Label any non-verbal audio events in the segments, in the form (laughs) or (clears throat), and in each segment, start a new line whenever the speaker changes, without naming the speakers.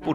不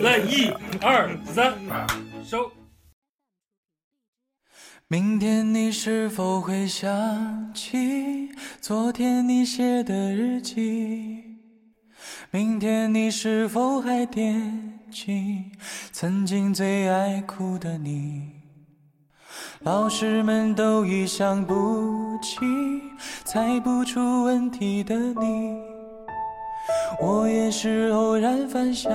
来一二三，收。
明天你是否会想起昨天你写的日记？明天你是否还惦记曾经最爱哭的你？老师们都已想不起猜不出问题的你，我也是偶然翻相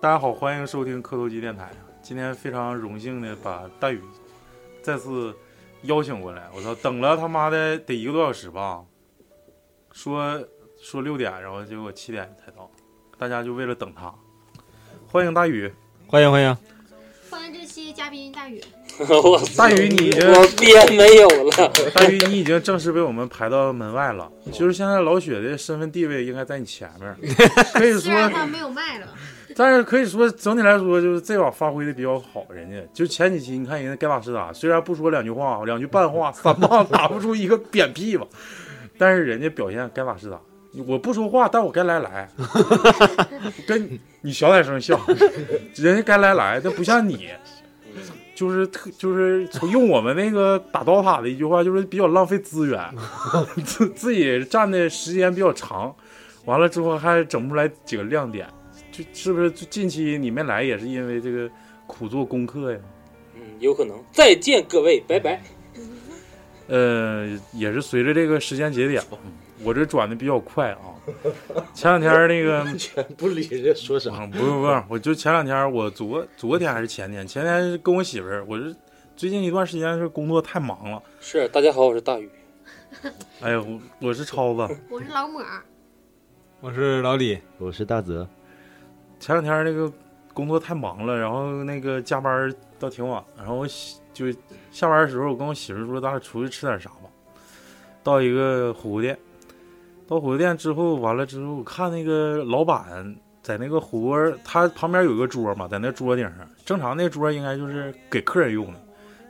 大家好，欢迎收听磕头机电台。今天非常荣幸的把大宇再次邀请过来，我操，等了他妈的得一个多小时吧，说说六点，然后结果七点才到，大家就为了等他。欢迎大宇，
(laughs) 欢迎欢迎，
欢迎这期嘉宾大宇，
我
大宇你这
我憋没有了，
(laughs) 大宇你已经正式被我们排到门外了，就是现在老雪的身份地位应该在你前面，可以
(laughs) 虽
说
然他没有麦了，
(laughs) 但是可以说整体来说，就是这把发挥的比较好。人家就前几期你看人家该打是打，啊虽然不说两句话，啊两句半话，三棒打不出一个扁屁吧，但是人家表现该打是打。啊我不说话，但我该来来。跟你你小点声笑，人家该来来，但不像你，就是特就是从用我们那个打刀塔的一句话，就是比较浪费资源， (laughs) 自自己占的时间比较长，完了之后还整不出来几个亮点。就是不是就近期你没来也是因为这个苦做功课呀？
嗯，有可能。再见各位，拜拜。
呃，也是随着这个时间节点，
嗯
我这转的比较快啊。前两天那个
不理人家说啥，
啊，不是不是，我就前两天，我昨昨天还是前天，前天是跟我媳妇儿，我是最近一段时间是工作太忙了，
是，大家好，我是大宇。
哎呀，我我是超子，
我是老抹，
我是老李，
我是大泽，
前两天那个工作太忙了，然后那个加班儿到挺晚，然后我媳就下班的时候，我跟我媳妇儿说，咱俩出去吃点啥吧。到一个火锅店，到火锅店之后，完了之后，我看那个老板在那个火锅儿，他旁边有一个桌嘛，在那桌顶上，正常那桌应该就是给客人用的，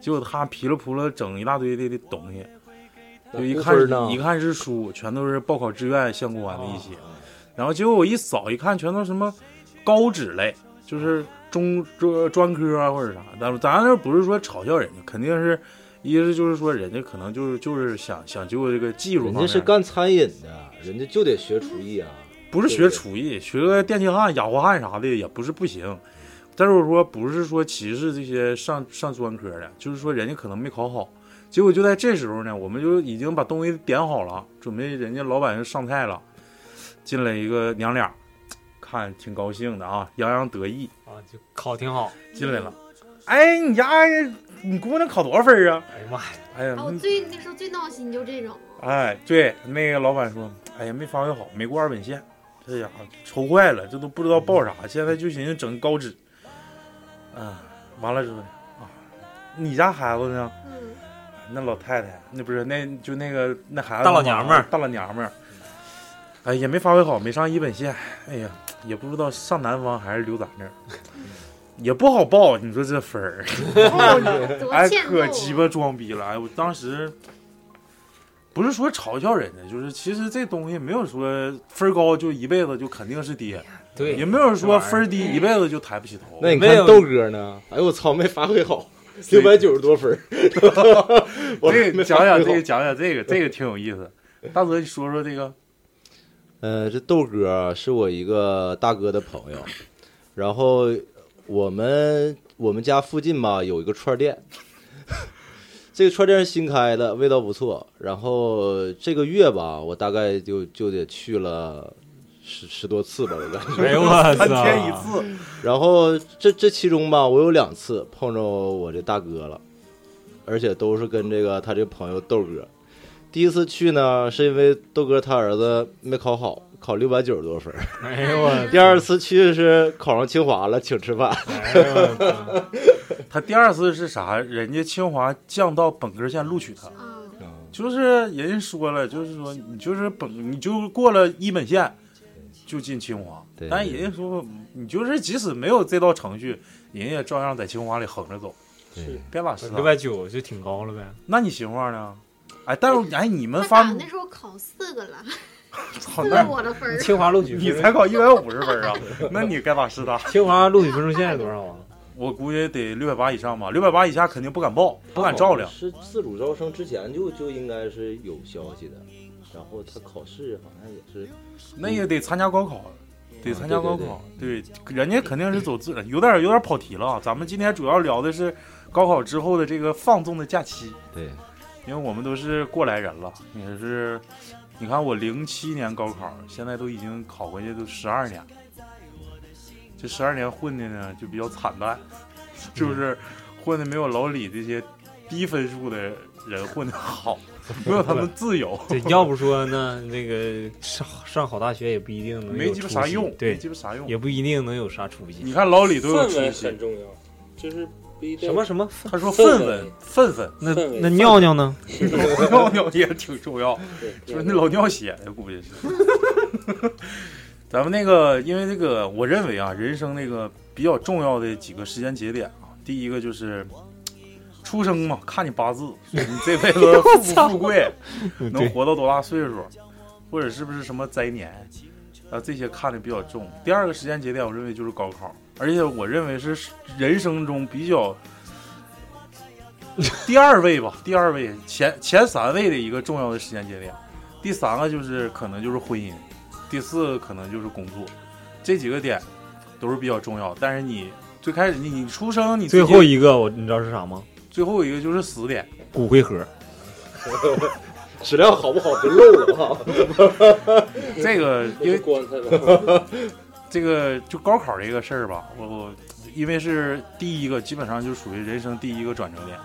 结果他噼里扑啦整一大堆的的东西，就一看
那估分呢
一看是书，全都是报考志愿相关的一些。
啊
然后结果我一扫一看，全都什么高职类，就是中专专科啊或者啥。咱咱这不是说嘲笑人家，肯定是一是就是说人家可能就是就是想想就这个技术方
人家
面，
是干餐饮的，人家就得学厨艺啊。
不是学厨艺，学个电气焊、哑火焊啥的也不是不
嗯
行。但是我说不是说歧视这些上上专科的，就是说人家可能没考好。结果就在这时候呢，我们就已经把东西点好了，准备人家老板就上菜了，进来一个娘俩，看挺高兴的
(laughs)
啊，洋洋得意
啊，就考挺好，
进来了。哎，你家你姑娘考多少分儿啊？
哎呀妈呀，
哎呀
啊，，我最那时候最闹心就这种，
哎，对，那个老板说，哎呀，没发挥好，没过二本线，这家伙愁坏了，这都不知道报啥，
嗯
现在就寻思整个高职。啊，完了之后，啊，你家孩子呢？
嗯，
那老太太，那不是那就那个那孩子
大老娘们儿
大老娘们儿，哎，也没发挥好，没上一本线，哎呀，也不知道上南方还是留咱这儿，
嗯
也不好报，你说这分儿。 (laughs)
多
哎，
欠
可鸡
揍啊。
巴装逼了！哎，我当时不是说嘲笑人家，就是其实这东西没有说分儿高就一辈子就肯定是爹，
对，
也没有说分儿低一辈子就抬不起头。
那你
没
看
有
豆哥呢？哎呦我操，没发挥好，六百九十多分儿。 (laughs) 我
这个
没发
讲讲
挥好
这个，讲讲这个，这个挺有意思。大泽，你说说这个
啊呃，这豆哥是我一个大哥的朋友，然后我们我们家附近吧有一个串儿店， (laughs) 这个串儿店是新开的，味道不错。然后这个月吧，我大概就就得去了十十多次吧，我感觉。
哎呦我操！
三天一次，
然后这这其中吧，我有两次碰着我这大哥了，而且都是跟这个他这朋友豆哥。第一次去呢，是因为豆哥他儿子没考好，考六百九十多分儿。
哎呦我，
(laughs) 第二次去是考上清华了，请吃饭。
哎呦我操
他第二次是啥？人家清华降到本科线录取他，
啊，
就是人家说了，就是说你就是本你就过了一本线，就进清华
对。
但人家说嗯你就是即使没有这道程序，人家也照样在清华里横着走。
对
别拉屎啊，
六百九就挺高了呗。
那你行话呢？哎，但是哎，你们
他
发
咋那时候考四个了， (laughs)
好
四
那
个我的分儿。
清华录取分
你才考一百五十分啊？那你该把师大，
(laughs) 清华录取分数线是多少啊？
我估计得六百八以上吧，六百八以下肯定不敢报，不敢照亮。
是自主招生之前就就应该是有消息的，然后他考试好像也是
那也得参加高考，得参加高考
啊。
嗯对，人家肯定是走自然，有点有点跑题了啊。咱们今天主要聊的是高考之后的这个放纵的假期，
对
因为我们都是过来人了，也是。你看我零七年高考，现在都已经考回去都十二年了，这十二年混的呢就比较惨淡，就是混的没有老李这些低分数的人混的好，没有他们自
(laughs)
由。
对，要不说呢，那个上上好大学也不一定能有
没鸡巴啥
出息
用，没
对，
鸡巴啥用。
也不一定能有啥出息。
你看老李都有
氛
出
围
息
很，重要，就是不一定
什么什么？
他说
氛
氛
围
围氛氛，
那
氛围
那尿尿呢？
(laughs) 尿尿也挺重要，
对
就是那老尿血呀，估计是。 (laughs) 咱们那个，因为这个，我认为啊，人生那个比较重要的几个时间节点啊，第一个就是出生嘛，看你八
(laughs)
字，你这辈子富不富贵，能
对，
活到多大岁数，或者是不是什么灾年，啊，这些看的比较重。第二个时间节点，我认为就是高考，而且我认为是人生中比较第二位吧， (laughs) 第二位前前三位的一个重要的时间节点。第三个就是可能就是婚姻，第四个可能就是工作，这几个点都是比较重要。但是你最开始你你出生你自己
最后一个我你知道是啥吗？
最后一个就是死点，
骨灰盒。
(laughs) 质量好不好别漏了哈。
(laughs) 这
(laughs)
个
那
因为
是棺材吧？
(laughs) 这个就高考这个事儿吧，我我因为是第一个，基本上就属于人生第一个转折点，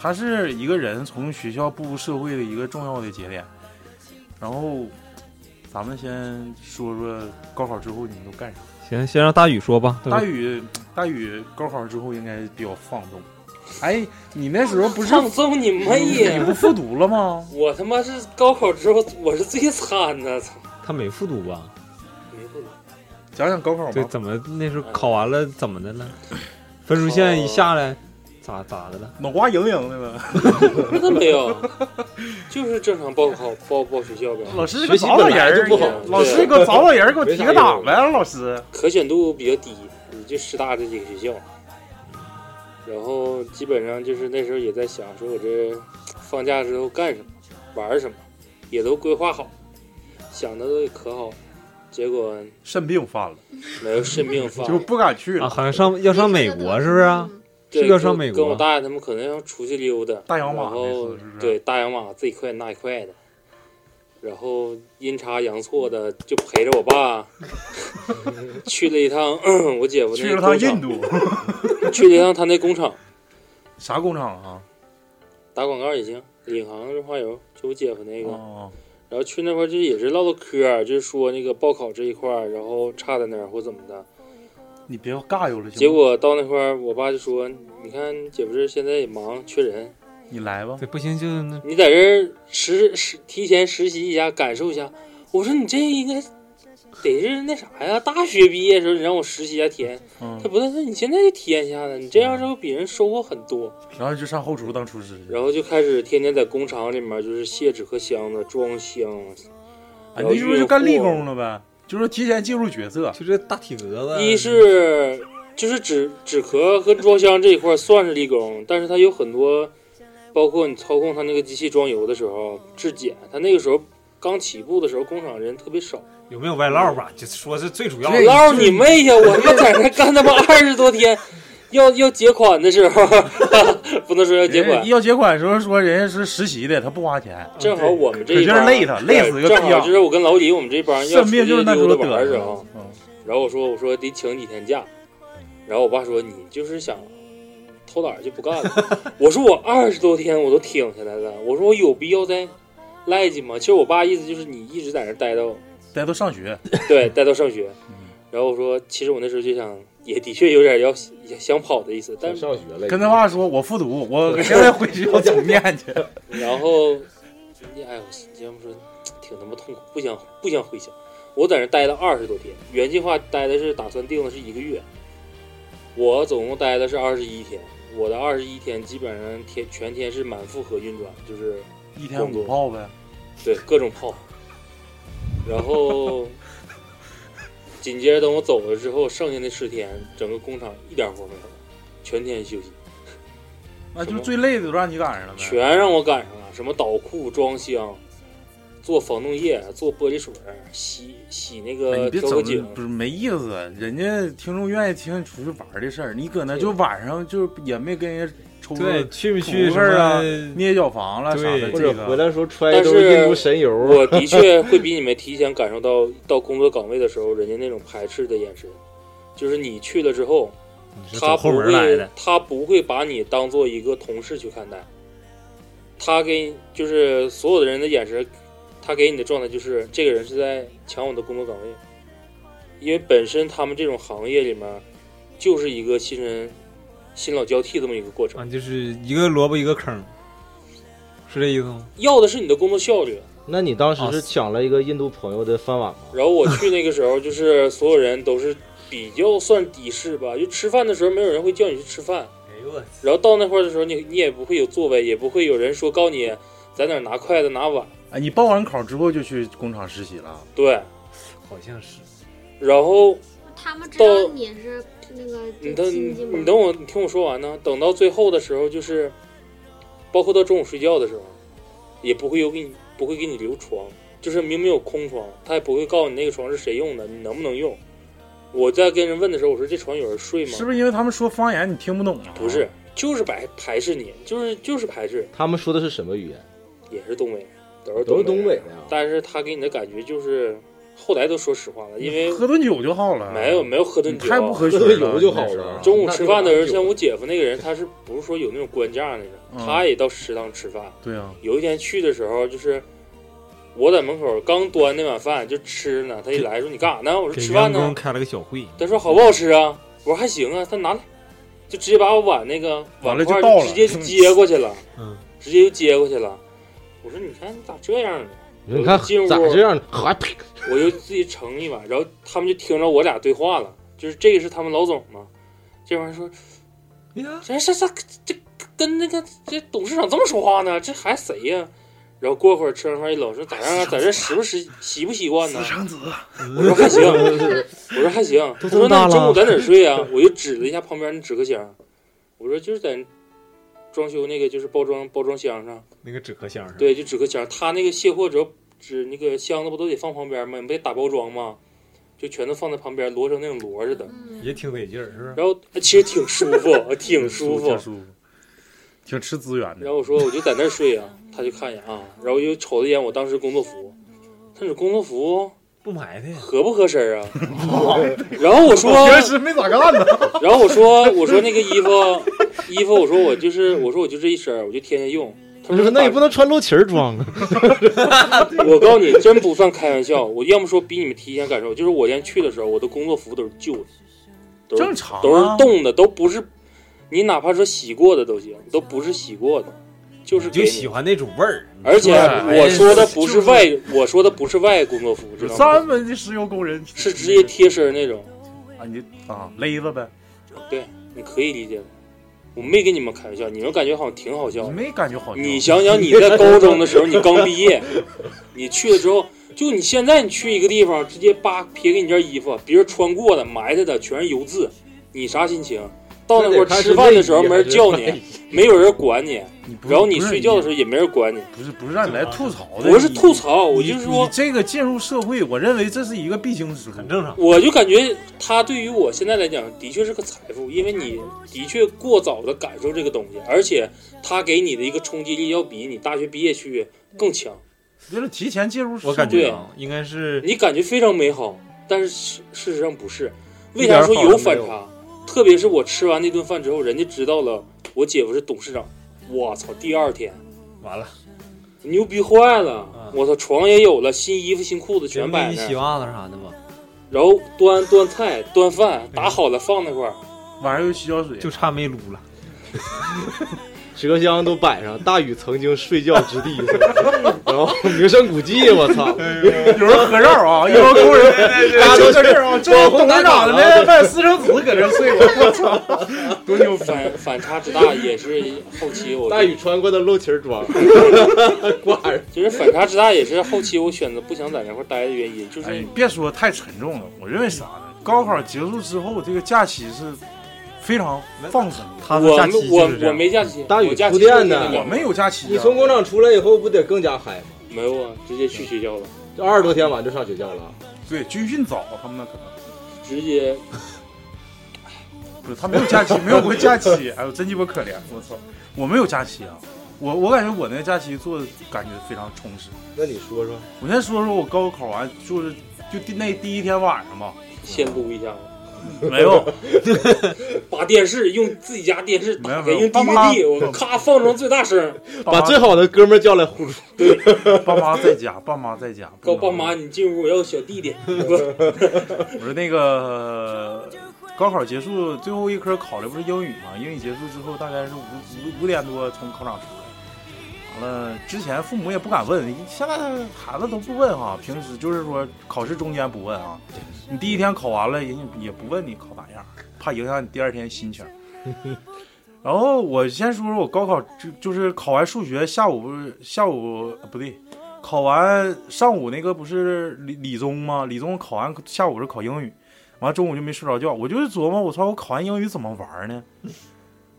它是一个人从学校步入社会的一个重要的节点。然后，咱们先说说高考之后你们都干啥？
行，先让大宇说吧。
大宇，大宇高考之后应该比较放纵。哎，你那时候不是
放纵你妹
你
呀！
不复读了吗？
我他妈是高考之后我是最惨的，操！
他没复读吧？
没不
讲讲高考
对，
吧。
怎么那时候考完了怎
(clears throat)
么的了？分数线一下来，咋咋的了？
脑瓜莹莹的了，
(laughs) 那没有，就是正常报考报报学校呗。
老师
学
个
习
早早
本
人
来
儿
就
你
不好
老师
对
给我早早人儿给我提
没啥
个档
用
呗，老师。
可选度比较低，你就师大这几个学校。然后基本上就是那时候也在想，说我这放假之后干什么，玩什么，也都规划好，想的都可好，结果
肾病犯了，，
没有肾病发嗯
就不敢去了。
啊，好像上要上美国是不是啊？
对，
是要上美国
跟我大爷他们可能要出去溜达，
大洋马
然
那
后
次是不是
对大洋马这一块那一块的，然后阴差阳错的就陪着
(laughs)
我爸去了一趟 (clears throat) 我姐夫
去
那
了
个工
趟印
厂，
度，
(laughs) 去了一趟他那工厂
啥工厂啊？
打广告也行，领航润滑油，就我姐夫那个，
哦，
然后去那块儿就是也是唠唠嗑儿，就是说那个报考这一块儿，然后差在哪儿或怎么的，
你别尬游了，行吗
结果到那块儿我爸就说，你看你姐夫这现在也忙缺人，
你来吧，
对，不行就那
你在这儿实实提前实习一下，感受一下。我说你这应该得是那啥呀，大学毕业的时候你让我实习一下体验，
嗯
他，不是，那你现在就体验一下子，你这样之后比人收获很多。
然后就上后厨当厨师去。
然后就开始天天在工厂里面就是卸纸壳箱子、装箱，
哎，那时候就干力工了呗，就是提前进入角色。哎
就这大体格子。
一是就是纸纸壳和装箱这一块算是立工，但是它有很多，包括你操控它那个机器装油的时候质检，它那个时候刚起步的时候，工厂人特别少。
有没有外唠吧？就说是最主要的。
唠你妹呀！我们在那干他妈二十多天，要要结款的时候， (laughs) 不能说要结款，
哎要结款的时候说人家是实习的，他不花钱，
正好我们这
可
一
劲儿
帮哎
累他，累死个
正
屁
好
呀！
就是我跟老李，我们这帮要
肾
出
病
去
就是
溜
那时候
达玩
得
儿时
的
候，，
嗯
然后我说我说得请几天假，然后我爸说你就是想偷懒儿就不干
(laughs)
了。我说我二十多天我都挺下来了，我说我有必要再赖叽吗？其实我爸意思就是你一直在那儿待到
大家都上学，
对，待到上学。
嗯
然后我说，其实我那时候就想，也的确有点要 (laughs) 也想跑的意思，但
上学了
跟他爸说，我复读，我
(laughs)
现在回学校煮面去。
(laughs) 然后，哎呦，要不说挺他妈痛苦，不想不想回想。我在那儿待了二十多天，原计划待的是打算定的是一个月，我总共待的是二十一天。我的二十一天基本上天全天是满负荷运转，就是
一天五炮呗，
对各种泡。然后紧接着等我走了之后，剩下的十天，整个工厂一点活没有，全天休息，
嗯那就是最累的都让你赶上了呗。
全让我赶上了。什么倒库、装箱、做防冻液、做玻璃水、洗洗那
哎
个
你别
调个啊
整
井
那，不是没意思，人家听众愿意听你出去玩的事儿，你搁那就晚上就也没跟人家抽
对，去没去
土味
什
儿啊
么？
捏脚房了啥的，啊
对
或
这
者
个
回来的时候揣
但
的都是
是
印度神油啊。
我的确会比你们提前感受到到工作岗位的时候，人家那种排斥的眼神。就是你去了之后，
你是
他
走
不
后门来
会
的，，
他不会把你当做一个同事去看待。他给就是所有的人的眼神，他给你的状态就是这个人是在抢我的工作岗位，因为本身他们这种行业里面就是一个新人新老交替这么一个过程，
(laughs) 啊，就是一个萝卜一个坑，是这意思吗？
要的是你的工作效率。
那你当时
啊
是抢了一个印度朋友的饭碗吗？
然后我去那个时候，就是所有人都是比较算敌视吧，就吃饭的时候没有人会叫你去吃饭，
哎呦我
然后到那块儿的时候，你你也不会有座位，也不会有人说告你在哪儿拿筷子拿碗，
(laughs) 哎，你报完考之后就去工厂实习了，
对。
好像是
然后
他们知道
到
你是那个
你
就
等
亲戚
你
吗
等我，你听我说完呢。等到最后的时候，就是包括到中午睡觉的时候，也不会有给你不会给你留床，就是明明有空床，他也不会告诉你那个床是谁用的，你能不能用。我在跟人问的时候，我说这床有人睡吗？
是不是因为他们说方言你听不懂啊？
不是，就是排排斥你，就是就是排斥，
他们说的是什么语言？
也是东北人，都是
都是
东
东
北
北
人。
的啊呀。
但是他给你的感觉就是，后来都说实话了，因为
喝顿酒就好了。
没有没有喝顿
你
酒，
太不合群
喝
了，
顿酒就好
那时候
了
中午吃饭的时候，
那就
像我姐夫那个人，他是不是说有那种官架那
嗯
种？他也到食堂吃饭。
对啊，
有一天去的时候，就是我在门口刚端那碗饭就吃呢，他一来说你干啥呢？我说
给
吃饭
员
呢
工。开了个小会，
他说好不好吃啊？我说还行啊。他拿来，就直接把我碗那个
完
碗
了就
筷
倒了
直接就接过去了，
嗯，
直接就接过去了。我说你看你咋这样呢？
你看
进屋
咋这样？还呸！
我就自己盛一碗，然后他们就听着我俩对话了，就是这个是他们老总嘛。这玩意儿说
哎呀，
这这这这跟那个这董事长这么说话呢？这孩子谁呀、然后过会儿吃完饭一
哎
冷说咋样啊？在这习不习习不习惯呢？
长子，
我说还行，我说还行。他
啊都这
说
么
那
大
你中午
了
在哪儿睡啊？我就指了一下旁边那纸壳箱，我说就是在装修那个就是包装包装箱上，
那个纸壳箱上，
对，就纸壳箱。他那个卸货之后，纸那个箱子不都得放旁边吗？你不得打包装吗？就全都放在旁边，摞成那种摞似的。
嗯
也挺得劲儿，是不是？
然后哎其实挺舒
(laughs)
服，呃挺舒服
挺。舒服，挺吃资源
然
的。
后我说我就在那儿睡啊，他就看一眼啊，然后又瞅了一眼我当时工作服，他说你工作服
不埋汰呀，
合不合身
(laughs)
儿啊？
(laughs)
然后我说，
时没咋干呢。
然后我说，我说那个衣服，衣服，我说我就是，我说我就这一身儿，我就天天用。他
你说
说
那也不能穿露脐儿装啊。
(laughs)
我告诉你，真不算开玩笑。我要么说比你们提前感受，就是我先去的时候，我的工作服都是旧的，都是
正常啊
都是冻的，都不是。你哪怕说洗过的都行，都不是洗过的，就是给
就
你
喜。欢那种味儿。
而且
对
我说的不是外，我说的不是外工作服，知道吗？
三门的石油工人
是直接贴身儿那种，
啊，你啊勒子呗，
对，你可以理解的。我没跟你们开玩笑，你们感觉好像挺好笑
你
的。
没感觉好笑？
你想想，你在高中的时候，你刚毕业，你去了之后，就你现在你去一个地方，直接扒撇给你件衣服，别人穿过的、埋汰的，全是油渍，你啥心情？到那会儿吃饭的时候没人叫你，没有人管你，
不
然后你睡觉的时候也没人管你。
不是不是让你来吐槽的，
我是吐槽，我
你
就是说
你，这个进入社会，我认为这是一个必经之路，很正常。
我就感觉他对于我现在来讲，的确是个财富，因为你的确过早的感受这个东西，而且他给你的一个冲击力要比你大学毕业去更强。
就是提前进入社会，
我感觉啊
应该是
你感觉非常美好，但是事事实上不是。为
一点好
啥说
都没
有
有
反差？特别是我吃完那顿饭之后，人家知道了我姐夫是董事长，我操！第二天
完了，
牛逼坏了！我操，床也有了，新衣服、新裤子全摆
你
那
洗
儿，
袜子啥的吗？
然后端端菜、端饭打好了放那块儿。
晚上又洗脚水，
就差没撸了。
折香都摆上，大禹曾经睡觉之地，然后名胜古迹，我操！
有人合照啊，一帮工人，
大家
就
都
搁这儿啊，这董事长的那卖私生子搁这儿睡，我操，多牛逼！
反反差之大也是后期我 (laughs)
大禹穿过的露脐装，
就是反差之大也是后期我选择不想在那块儿待的原因，就是
(laughs) 哎，别说太沉重了，我认为啥呢？高考结束之后，这个假期是非常放松的。
我们我我没假期，
大禹
我假
铺
期
垫
就是那
呢
个
我没有假期、啊，
你从工厂出来以后不得更加嗨吗？
没有啊，直接去学校了，
这二十多天晚就上学校了，
对军训早，他们那可能
直接
不是他没有假
(laughs)
期，没有过假期，哎呦，真鸡巴可怜，我操，我没有假期啊，我我感觉我那假期做的感觉非常充实。
那你说说，
我先说说我高考完就是就第那第一天晚上吧，
先撸一下吧。
没
(laughs)
有，
把电视用自己家电视
没有
打
没
开，
有
用
爸妈
DVD，我咔放成最大声。
把最好的哥们儿叫来呼出，
爸妈在家，爸妈在家，
告爸妈，你进屋我要小弟
(laughs)
弟。
我说那个高考结束最后一科考的不是英语吗？英语结束之后大概是五五五点多从考场出来，完了之前父母也不敢问，现在孩子都不问哈、平时就是说考试中间不问啊，你第一天考完了人家也不问你考咋样，怕影响你第二天心情。然后我先说说我高考就就是考完数学下午不是下午呃不对，考完上午那个不是理理综吗？理综考完下午是考英语，完中午就没睡着觉。我就是琢磨，我操，我考完英语怎么玩呢？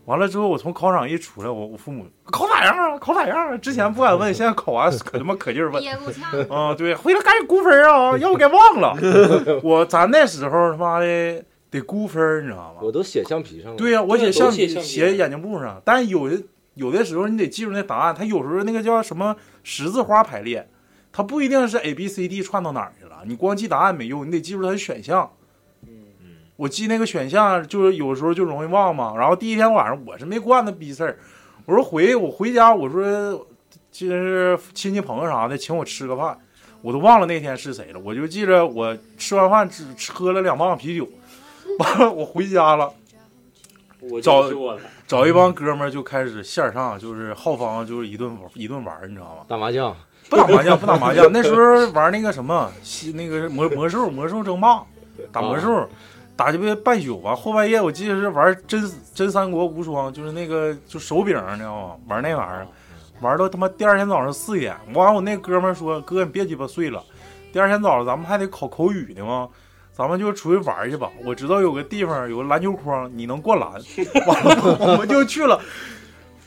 完了之后，我从考场一出来，我我父母考咋样啊？考咋样啊？之前不敢问，
嗯
现在考完可他妈可劲儿问。
憋够呛。
啊、对，回来赶紧估分儿
(laughs)
啊，要不给忘了。我咱那时候他妈的得估分儿，你知道吗？
我都写橡皮上了。
对呀、我写
对
橡
都写
皮
橡皮
写眼睛布上，但是有的有的时候你得记住那答案，它有时候那个叫什么十字花排列，它不一定是 A B C D 串到哪儿去了，你光记答案没用，你得记住它的选项。我记那个选项就是有时候就容易忘嘛。然后第一天晚上我是没惯那逼事儿，我说回我回家，我说就是亲戚朋友啥的请我吃个饭，我都忘了那天是谁了，我就记着我吃完饭只吃喝了两棒啤酒，完了我回家了。
我
找
就说了，
找一帮哥们儿就开始线上，就是浩方就是一顿玩一顿玩儿，你知道吗？
打麻将，
不打麻将，不打麻将。那时候玩那个什么，西那个魔魔兽，魔兽争霸，打魔兽，打鸡巴半宿吧。后半夜我记得是玩真真三国无双，就是那个就手柄，你知道吗？玩那玩意儿，玩到他妈第二天早上四点。完，我那哥们儿说：“哥，你别鸡巴睡了，第二天早上咱们还得考口语呢吗？”咱们就出去玩儿去吧。我知道有个地方有个篮球框，你能过篮。完了，我们就去了。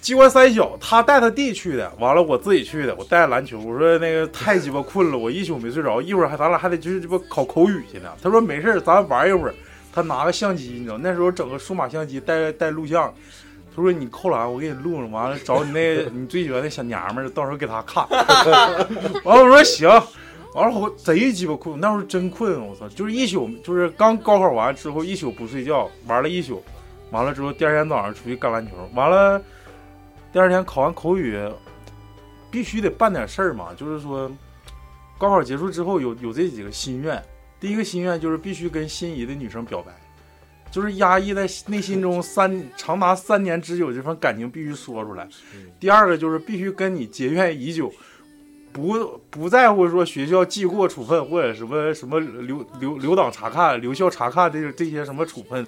机关三小，他带他弟去的，完了我自己去的，我带篮球，我说那个太鸡巴困了，我一宿没睡着，一会儿还咱俩还得去鸡巴考口语去呢。他说没事儿咱玩一会儿。他拿个相机，你知道那时候整个数码相机带带录像，他说你扣啊篮，我给你录上，完了找你那 (laughs) 你最喜欢那小娘们儿，到时候给她看。完了我说行，完了我贼鸡巴困，那时候真困，我操，就是一宿，就是刚高考完之后一宿不睡觉，玩了一宿，完了之后第二天早上出去干篮球，完了。第二天考完口语，必须得办点事儿嘛。就是说，高考结束之后有有这几个心愿。第一个心愿就是必须跟心仪的女生表白，就是压抑在内心中三长达三年之久这份感情必须说出来。第二个就是必须跟你结怨已久，不不在乎说学校记过处分或者什么什么留留留党察看、留校察看这个这些什么处分，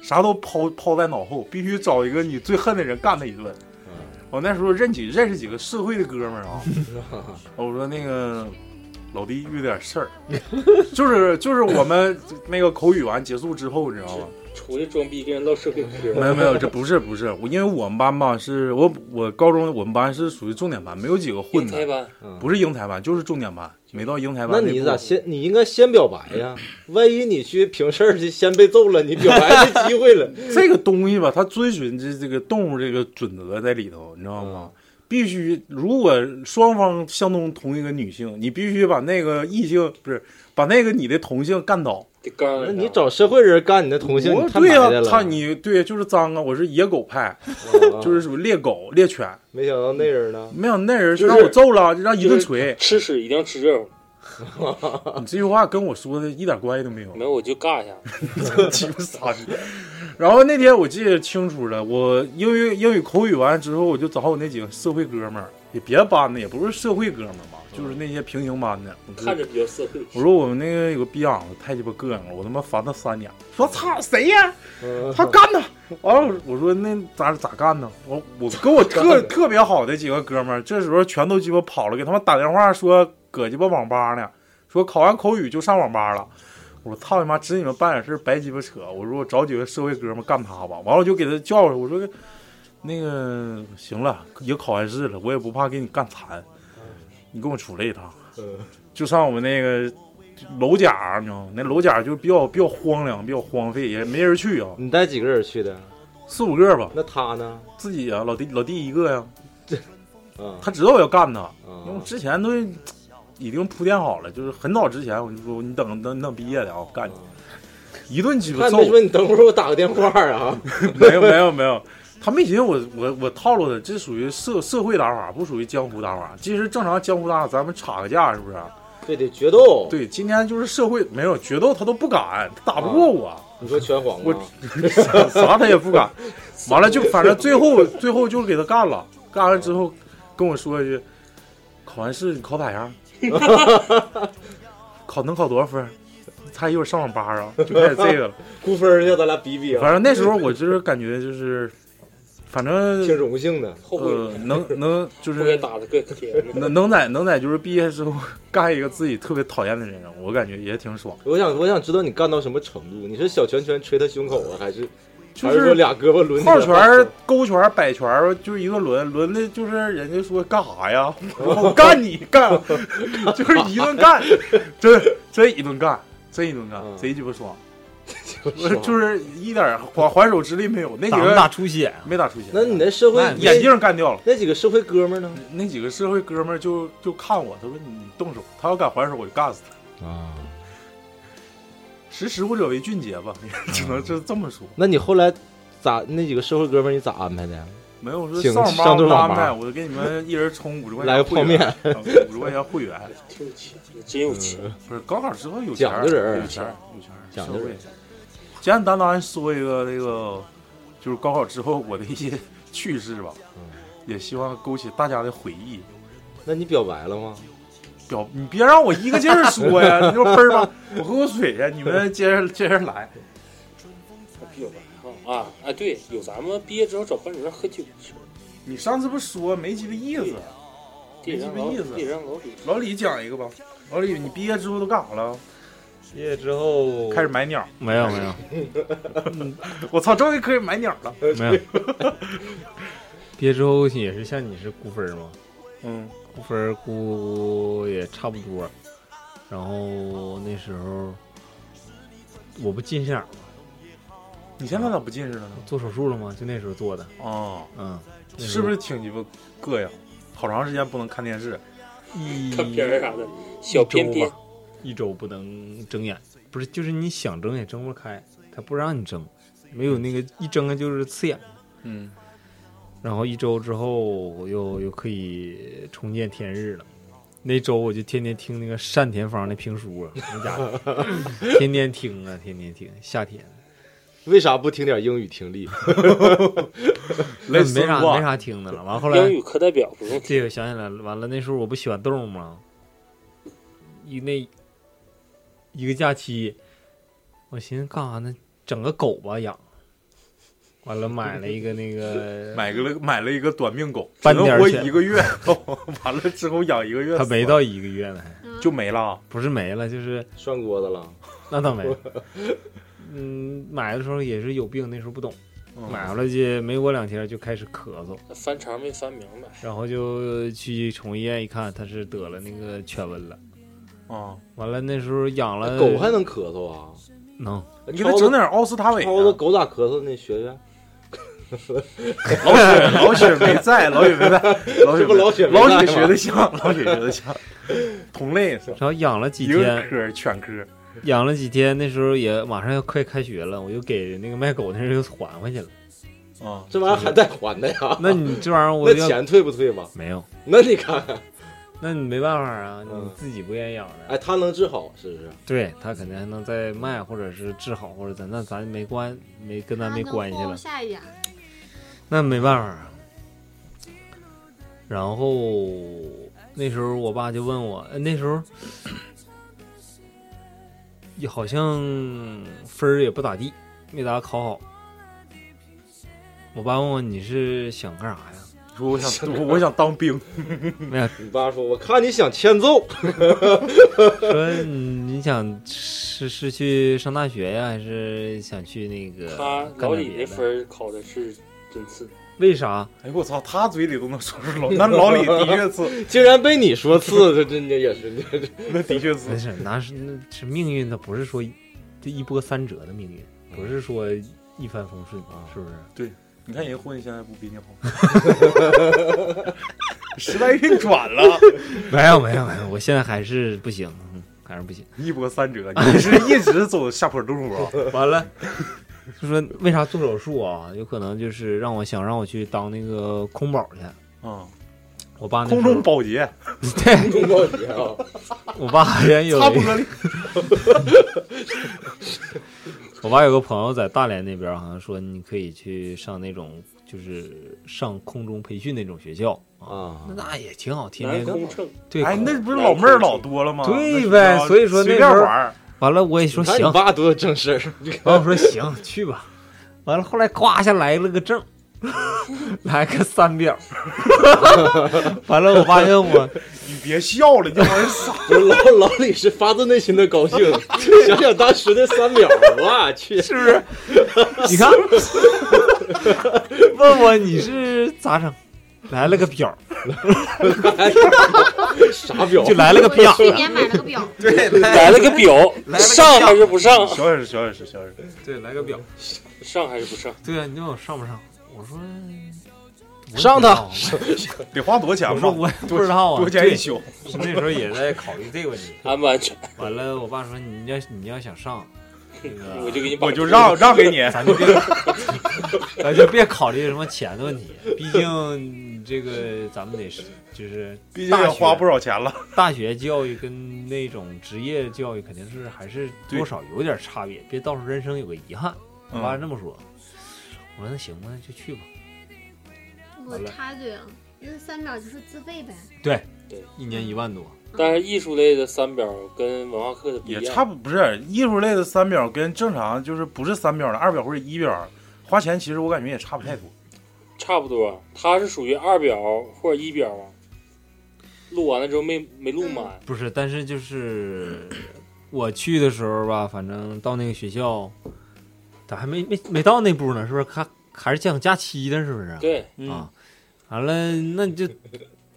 啥都抛抛在脑后，必须找一个你最恨的人干他一顿。
(laughs)
我那时候认几认识几个社会的哥们儿啊，我说那个，老弟遇点事儿，就是就是我们那个口语完结束之后，你知道吗？
出去装逼跟人唠社会嗑。
没有没有，这不是不是，我因为我们班吧是我我高中我们班是属于重点班，没有几个混的嗯
英才班，
不是英才班就是重点班，没到英才班
那
步。
你咋先？你应该先表白哎呀，万一你去平事儿去先被揍了，你表白的机会了。
(laughs) 这个东西吧，它遵循这这个动物这个准则在里头，你知道
嗯
吗？必须，如果双方相中同一个女性，你必须把那个异性不是把那个你的同性干倒。
那你找社会人干你的同性，
我
你太
对
埋
呀、
汰了。
他你对就是脏啊，我是野狗
(laughs)
派，
哦
就是属于猎狗猎犬。
没想到那人呢？
没想到那人
就是
让我揍了，让一顿
就
锤
是。吃屎一定要吃肉， (laughs)
你这句话跟我说的一点关系都没有。
没有我就尬一下。
(laughs) 鸡巴傻逼！然后那天我记得清楚了，我英语英语口语完之后，我就找我那几个社会哥们儿，也别班的，也不是社会哥们儿嘛，就是那些平行班的。我说
看着比较社会。
我说我们那个有个逼养子太鸡巴膈应了，我他妈烦他三年。说操谁呀、他干的。完了，我说那咋咋干呢？我我跟我特特别好的几个哥们儿，这时候全都鸡巴跑了，给他们打电话说搁鸡巴网吧呢，说考完口语就上网吧了。我说操你妈，指你们办点事儿白鸡巴扯。我说我找几个社会哥们儿干他吧。完了我就给他叫上，我说那个行了，也考完试了，我也不怕给你干残，你跟我出来一趟。就上我们那个楼甲，你知道吗？那楼甲就比较比较荒凉，比较荒废，也没人去啊。
你带几个人去的？
四五个吧。
那他呢？
自己啊，老弟老弟一个呀、
啊，
他知道我要干他，因为我之前都已经铺垫好了，就是很早之前我就说你等等等毕业的啊，我干你，一顿鸡巴
他
揍。
没说你 (laughs) 等会儿我打个电话啊。
(laughs) 没有没有没有，他没寻思我我我套路他，这属于社社会打法，不属于江湖打法。其实正常江湖打法，咱们吵个架是不是？
对，得决斗。
对，今天就是社会没有决斗，他都不敢，他打不过我。
你说拳皇吗？
我 (laughs) 啥他也不敢，完了就反正最后最后就给他干了，干完之后跟我说一句，考完试你考咋
(laughs)
样？考能考多少分儿？他一会儿上网吧啊， (laughs) 就开始这个了。
估分儿要咱俩比比啊。
反正那时候我就是感觉就是，反正
挺荣幸的，
后悔
呃
了，
能能就
不该
是
打的更甜。
能能在能在就是毕业之后 (laughs) 干一个自己特别讨厌的人，我感觉也挺爽。
我想我想知道你干到什么程度？你是小拳拳捶他胸口啊，还是
就
还是
是
说俩胳膊抡起来
套拳儿、勾拳儿、摆拳儿，就是一顿抡，抡的就是人家说干啥呀？我干你干， (laughs) 就是一顿干，真真一顿干，真一顿干，贼鸡巴爽，就是一点儿还还手之力没有。那几
打
个
没打出血啊
没打出血。
那你那社会
眼镜干掉了，
那几个社会哥们呢？
那几个社会哥们儿就就看我，他说你动手，他要敢还手我就干死他。
啊？
识时务者为俊杰吧， (laughs) 只能就这么说。
那你后来咋那几个社会哥们儿你咋安排的呀？
没有我说
请
上网
上
吧
顿
我
网
安排，
吧
我给你们一人充五十块钱
来个
会
泡
员嗯
面，
五十块钱会员。
(laughs) 挺有钱，真有钱。
不是高考之后有钱
嗯讲究人
有钱儿有钱儿，
讲
社
究
会
人。
简简单单说一个那个，就是高考之后我的一些 (laughs) 趣事吧，也希望勾起大家的回忆。
嗯那你表白了吗？
表，你别让我一个劲儿说呀，
(laughs)
你就嘣儿吧，我喝口水呀，你们接着接着来。
哎有吧？啊啊，对，有咱们毕业之后找班主任喝酒的事儿，
你上次不说没鸡巴意思？
地里让老
没什么意思
地里让老李
老李讲一个吧，老李，你毕业之后都干啥了？
毕业之后
开始买鸟，
没有没有
(laughs) 我操，终于可以买鸟了。
嗯没有。毕业之后也是像你是估分儿吗？
嗯，
估分儿估也差不多。然后那时候我不近视眼儿吗？
你现在咋不近视了呢？
做手术了吗？就那时候做的。
(laughs) 哦，
嗯，那时
是
候
不是挺鸡巴膈应？好长时间不能看电视。
一
看片儿啥的，小片
一周
片
吧，一周不能睁眼，不是就是你想睁也睁不开，他不让你睁，没有那个一睁开啊就是刺眼。
嗯，
然后一周之后又又可以重见天日了。那周我就天天听那个单田芳的评书啊，那家伙
(laughs)
天天听啊，天天听。夏天
为啥不听点英语听
(laughs)
力？
没
类似
啥
过
没啥听的了。完后来
英语课代表不用听，
这个想起来了，完了那时候我不喜欢动物吗？一那一个假期，我寻思干啥呢？整个狗吧养，完了买了一个那个
买个了买了一个短命狗，只
半
能
点儿
活
钱
一个月， (laughs) 完了之后养一个月，
(laughs) 他没到一个月呢，
嗯
还
就没了，
不是没了，就是
涮锅子了。
(laughs) 那倒没有，嗯，买的时候也是有病，那时候不懂，
嗯
买回来去没过两天就开始咳嗽，
翻肠没翻明白，
然后就去宠物医院一看，他是得了那个犬瘟了。
啊，
完了那时候养了
狗还能咳嗽啊？
能，
你给它整点奥司他韦啊
超子狗咋咳嗽？你学学。
老雪老雪没在，老雪没在，老雪
这不老雪没在
老
吗
雪学的像，老雪学的像，同类是吧
然后养了几
一个
天，
科犬科，
养了几天，那时候也马上要快开学了，我又给那个卖狗那人又还回去了。
啊，
这玩意儿还带还的呀？
(laughs) 那你这玩意儿我
那
要
钱退不退吧？
没有。
(laughs) 那你看看，
(laughs) 那你没办法啊，
嗯
你自己不愿意养的。
哎，它能治好是不是？ (laughs)
对他肯定还能再卖，或者是治好，或者咱那咱没关没跟咱没关系了，
下一家，
那没办法啊。然后那时候我爸就问我，呃那时候也好像分儿也不咋地，没咋考好。我爸问我你是想干啥呀？
说 (laughs) 我想我我想当兵，
没有，
你爸说，我看你想欠揍。
(laughs) 说你想是是去上大学呀，还是想去那
啊
个
他
干
老
点
李
别
那
的？
分儿考的是真次，
为啥？
哎呦我操，他嘴里都能说出老， (laughs) 那老李的确次，
(laughs) 竟然被你说次， (laughs) 这这这也是这这
(laughs) 那的确次
没，事，那是那是命运，它不是说一这一波三折的命运，
嗯
不是说一帆风顺，
啊
是不是？
对，你看人混现在不比你好， (laughs) 时代运转了，
没有没有没有，我现在还是不行，嗯还是不行。
一波三折，你是一直走下坡路啊？
完了，就说为啥做手术啊？有可能就是让我想让我去当那个空保去。
啊，
我爸那时候
空中保洁，
对
中高级啊！
(laughs) 我爸好像有
擦
一
玻璃，
(laughs) 我爸有个朋友在大连那边，好像说你可以去上那种就是上空中培训那种学校
啊
那那也挺好，天
南
天
空乘
对。
哎，那不是老妹儿老多了吗？
对呗
那是
所以说
随
那
便
时候
玩儿，
完了，我也说
你看
行
你，爸多有正事儿，
然后我说行，去吧。完了，后来咵一下来了个证， (laughs) 来个三表。 (laughs) 完了，我爸就问我，
你别笑了，你好像傻。
不是老老李是发自内心的
(laughs)
高兴。想想当时那三秒，我去，
是不是？你
(laughs)
看，问我你是咋整？来了
(laughs)
个表，
啥表？
就来了个
我
表，
去年买了个表，
来了个表，上还是不上？
小点声，小点声，小点声。
对，来个表，
(laughs) 上还是不上？
对啊，你问我上不上？我说我也
上
不知
他
道
得花多少钱
我
吧？
说我也不知道啊，
多钱
对
一宿。
那时候也在考虑这个
(laughs)
问题。
安不安全？
完了，我爸说你要你要想上，那个
(laughs) 我就给你把
我就让让给你，
(laughs) 咱就别，咱就别考虑什么钱的问题，毕竟你这个咱们得是就是
毕竟
大
也
学
花不少钱了。
(laughs) 大学教育跟那种职业教育肯定是还是多少有点差别，别到时候人生有个遗憾。我爸
嗯，
这么说，我说那行吧，那就去吧。
我插一句啊，那三表就是自费呗，
对
对，
一年一万多，
但是艺术类的三表跟文化课的不一
也
样，
差不不是艺术类的三表跟正常就是不是三表的二表或者一表，花钱其实我感觉也差不太多。
差不多。他是属于二表或者一表啊，录完了之后没没录满，
不是，但是就是我去的时候吧，反正到那个学校，咋还没没没到那步呢？是不是？还还是讲假期呢？是不是？
对，
啊，完了，那你就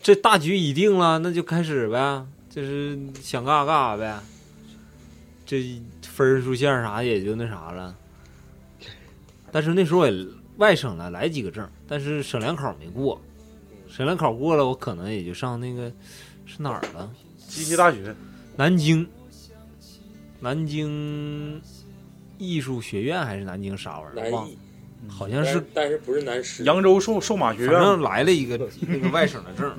这大局已定了，那就开始呗，就是想干啥干啥呗。这分数线啥也就那啥了，但是那时候我也外省了，来几个证，但是省联考没过，省联考过了，我可能也就上那个是哪儿了，
西溪大学
南京，南京艺术学院还是南京啥玩意
南
儿，忘了
艺，，
好像
但
是
但是不是南师？
扬州数数码学
反
院
正来了一个那个外省的证儿，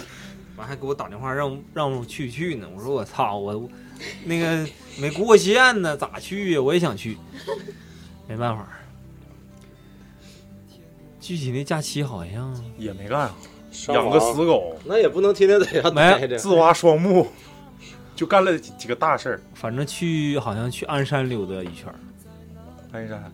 完还给我打电话让让我去去呢。我说我操，我我那个没过线呢，咋去呀？我也想去，没办法儿。具体那假期好像
也没干啥，啊
上
养
网
个死狗，
那也不能天天在家待着。
自挖双目，就干了几几个大事儿。
反正去好像去鞍山溜达一圈儿，
鞍山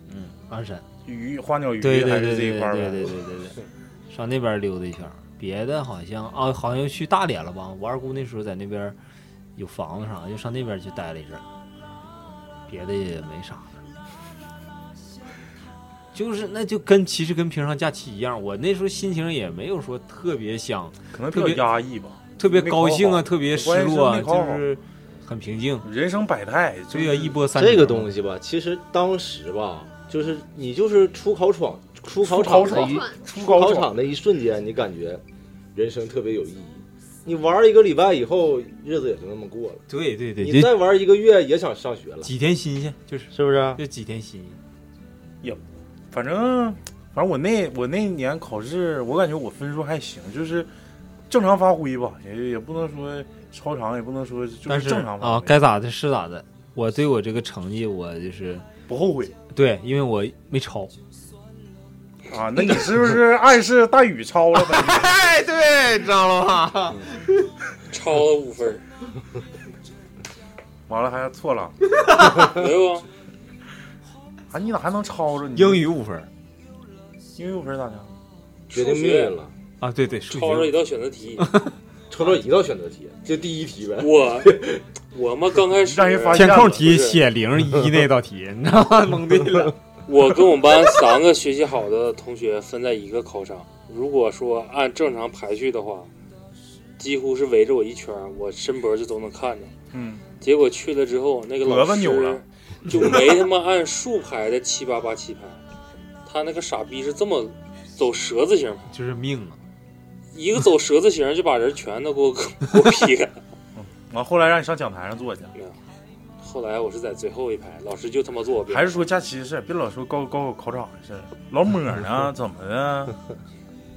鞍山
鱼花鸟鱼
对对
还
对
是这一块儿
对
呗。
对对对对对，上那边溜达一圈儿，别的好像啊，好像去大连了吧？我二姑那时候在那边有房子啥，就上那边去待了一阵儿，别的也没啥了。就是，那就跟其实跟平常假期一样，我那时候心情也没有说特别想，
可能比
特
较
别
压抑吧，
特别
没考
高兴
好
啊，特别失
关键
落啊，
没考
就
好
是很平静。
人生百态，就
对呀、
是
一波三折
这个
嘛
东西吧，其实当时吧，就是你就是出考场、出考
出考
场的一
场出考
考
场
场的一瞬间，你感觉人生特别有意义。你玩一个礼拜以后，日子也就那么过了。
对对对
你
这
再玩一个月也想上学了。
几天新鲜，就是
是不啊是？
就几天新鲜。
有，反正反正我那我那年考试，我感觉我分数还行，就是正常发挥吧，也也不能说超常，也不能说就
但是
正常发
啊，该咋的是咋的。我对我这个成绩，我就是
不后悔。
对，因为我没抄。
挥啊。那你是不是暗示大宇超了呗？
哎，对，知道了吧？
(laughs) 超了五分，
完了还错了，
(laughs) 没有啊？
啊，你咋还能超着你？
英语五分
英语五分咋的？
决定命运了，
啊，对对，数
超了一
学
道选择题。
抽到一道选择题，就第一题呗。
我 (laughs) 我嘛刚开始
让人发现
填空
了
题
不是
写零 (laughs) 一那道题，你知道吗？
嗯
蒙对了。
我跟我们班三个学习好的同学分在一个考场，如果说按正常排序的话，几乎是围着我一圈儿，我伸脖就都能看着。
嗯，
结果去了之后，那个
脖
老
子
师
扭了
就没他妈按竖排的七八八七排，他那个傻逼是这么走折子型，
就是命啊！
一个走折子型就把人全都给我给我
(laughs)
劈开。
嗯完后来让你上讲台上坐去，
(laughs) 后来我是在最后一排，老师就他妈坐我边
还是说假期的事儿？别老说高高考考场的事儿。老抹呢？啊怎么的？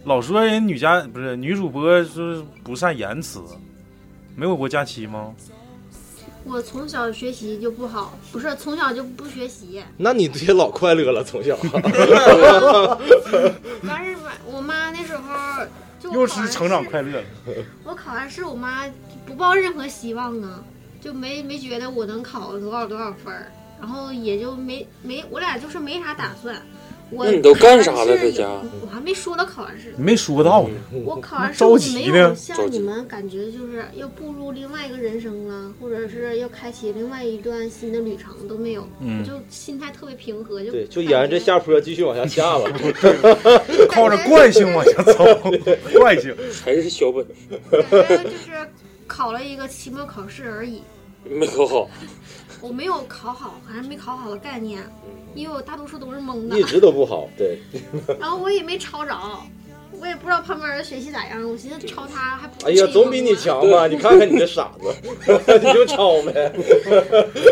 老说人女家不是女主播说不善言辞，没有过假期吗？
我从小学习就不好，不是从小就不学习。
那你也老快乐了，从小
完事儿吧，我妈那时候就
(laughs) 又
我考
是
完
成长
试
快乐了。
我考完试，我妈不抱任何希望啊，就没没觉得我能考多少多少分儿，然后也就没没我俩就是没啥打算。我
那你都干啥了
考完试
在家
我还没说到考完
(laughs)
试，
你没说到呢，
我考完试
着
我
急
没
呢
有像
着
你
急
们感觉就是要步入另外一个人生了，或者是要开启另外一段新的旅程都没有，
嗯
我就心态特别平和，就
对，就沿着这下坡继续往下下了。
靠着惯性往下走，惯性。
(laughs) 还是小本
感觉就是考了一个期末考试而已。
(laughs) 没考好，
我没有考好，还是没考好的概念，因为我大多数都是蒙的
一，直都不好，
(laughs)
对，
然后我也没抄着，我也不知道旁边人学习咋样，我寻思抄他还不
哎呀，总比你。强吧？你看看你这傻子， (laughs) 你就抄呗。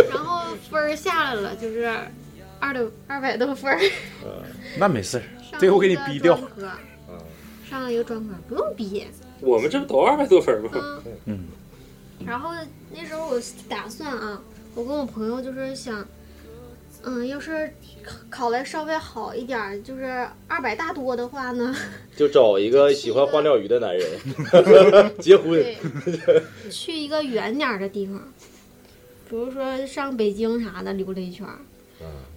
然后分儿下来了，就是二六二百多分儿，
那没事儿，
上
这个我给你
一个
逼掉。
专科上了一个专科，不用逼。
嗯我们这不都二百多分吗？
嗯，
嗯，
然后那时候我打算啊，我跟我朋友就是想，嗯，要是考的稍微好一点儿，就是二百大多的话呢， (laughs)
就找一个喜欢花鸟鱼的
(laughs)
男人结婚。
对，去一个远点儿的地方，比如说上北京啥的溜达一圈儿。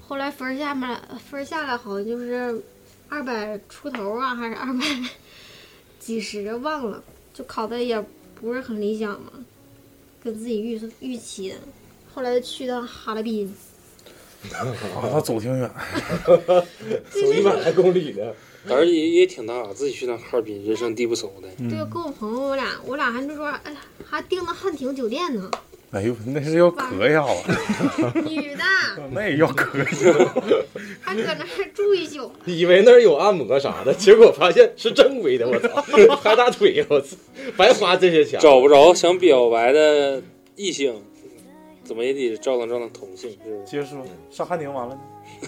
后来分儿下面分儿下来好像就是二百出头啊，还是二百几十忘了，就考的也不是很理想嘛，跟自己预预期的。后来去趟哈尔滨，
啊，他走挺远，
(laughs) 走一百来公里呢。
胆儿也也挺大，自己去趟哈尔滨，人生地不熟的。
对，
嗯
跟我朋友我俩，我俩还就说，哎呀，还订了汉庭酒
(laughs)
店呢，
哎呦，那是要咳一下子，
女的
那也要咳一下。
还搁那儿住一宿。
(laughs) 以为那儿有按摩啥的，结果发现是正规的，我
(laughs)
操，拍大腿，我操，白花这些钱。
找不着想表白的异性，怎么也得照当照当同性，是不是？
结束，上汉庭完了呢。 (laughs)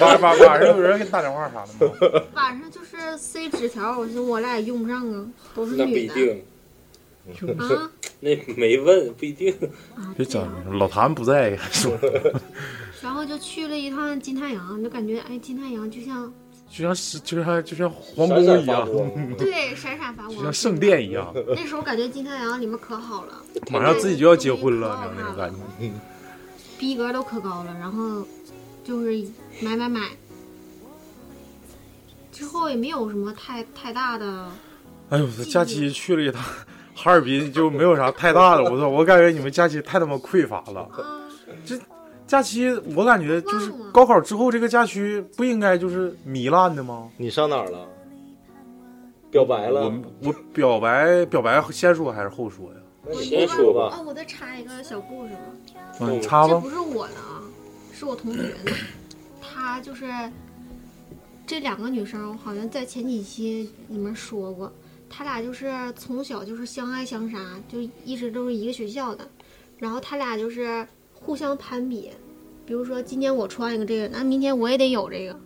晚晚晚上有人给你打电话啥的吗？
晚上就是塞纸条，我寻思我俩也用不上啊，都是
那不
女
一
的
定， (laughs)
啊。
那没问，不一定。
别整，老谭不在， (laughs) 说
然后就去了一趟金太阳，就感觉哎，金太阳就
(laughs)
像
就像是就像就像皇宫
闪闪
一
发
样，
光，
对闪闪发
(laughs)
光，
就像圣殿一样。
(laughs) 那时候感觉金太阳里面可好了，
马上自己就要结婚了，你知道那种感觉。
逼格都可高了，然后就是买买买，之后也没有什么太太大的，
哎呦，这假期去了一趟哈尔滨，就没有啥太大的。我操，我感觉你们假期太他妈匮乏了。这假期我感觉就是高考之后这个假期不应该就是糜烂的吗？
你上哪儿了？表白了？
我我表白表白先说还是后说呀？
我
先说吧
啊，我再插一个小故事吧。
嗯你插吧
这不是我的啊，是我同学的。她就是这两个女生，好像在前几期里面说过，她俩就是从小就是相爱相杀，就一直都是一个学校的。然后她俩就是互相攀比，比如说今天我穿一个这个，那明天我也得有这个，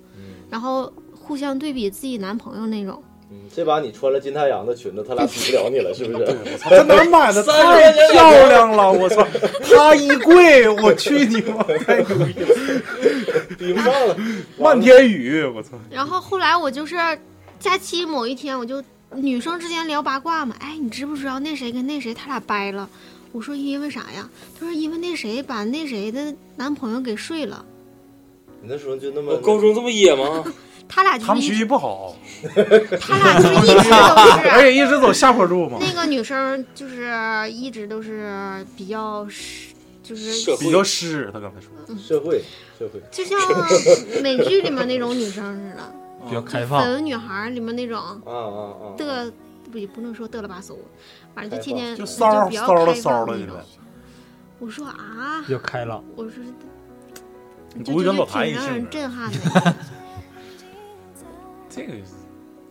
然后互相对比自己男朋友那种。
嗯这把你穿了金太阳的裙子，他俩死不了你了，是
(laughs)
不是？
在哪儿买的？
三
太
十块钱
漂亮了！我操，他衣柜，我去你
(laughs)
妈！太牛逼了，
比不上了。
漫天雨，我操！
然后后来我就是假期某一天，我就女生之间聊八卦嘛，哎，你知不知道那谁跟那谁他俩掰了？我说因为啥呀？她说因为那谁把那谁的男朋友给睡了，
你那时候就那么
高中这么野吗？
他俩就
他们
是
学
一
习不好，
(laughs) 他俩就是一直都是
(laughs) 而且一直走下坡路嘛，
那个女生就是一直都是比较是就是
比较湿。他刚才说，
嗯
社会社会
就像美剧里面那种女生似的，
比较开
绯
放，
闻女孩里面那种
哦
啊啊啊！
的，不也不能说嘚了吧嗖，反正就天天
就
骚
骚
比较
骚了
开
骚
放
了
那
你
种
们。。
我说啊
比，较开朗。
我说
你
这
吴宇
这
森
是
老谭
挺
也
让
是
人，震撼的。
这个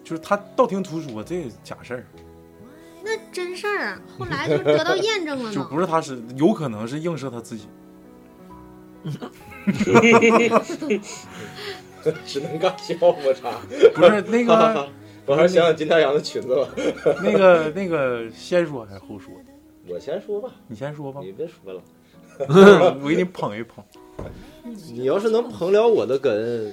就是他道听途说，这个假事儿，
那真事儿啊，后来就得到验证
(laughs)
(laughs)
了
就
呢。
不是他是，有可能是映射他自己。 (laughs)
只能干笑我操！
不是那个，
(laughs) 我还是想想金太阳的裙子吧。
那个那个，先说还是后说？
(laughs) 我先说吧，
你先说吧，
你别说了。
(laughs) 我给你捧一捧。
你要是能捧了我的哏，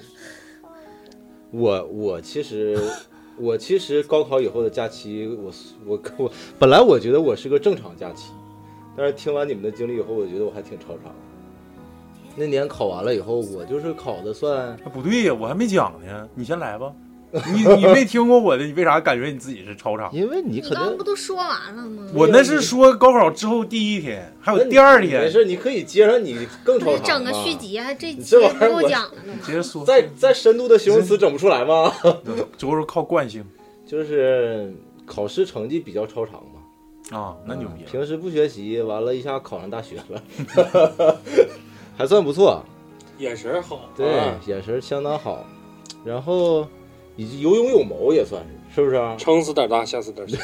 我我其实 (laughs) 我其实高考以后的假期，我我我本来我觉得我是个正常假期，但是听完你们的经历以后，我觉得我还挺超常的。那年考完了以后，我就是考的算
啊不对呀，我还没讲呢，你先来吧。你你没听过我的，你为啥感觉你自己是超常？
因为你
你刚刚不都说完了吗？
我那是说高考之后第一天，还有第二
没
天。
事，你可以接上你更超
你
常嘛。
整个续集啊，这
你
期
这玩意
给
儿
我
我
讲了呢。
直接说，
再再深度的形容词整不出来吗？
主要是靠惯性
(laughs) 就是考试成绩比较超常嘛。嗯
啊，那牛逼了。
平时不学习，完了一下考上大学了， (laughs)
(laughs)
还算不错，
眼神好，
对，
啊
眼神相当好，然后以及有勇有谋也算是，是不是啊？
撑死胆大，吓死胆小。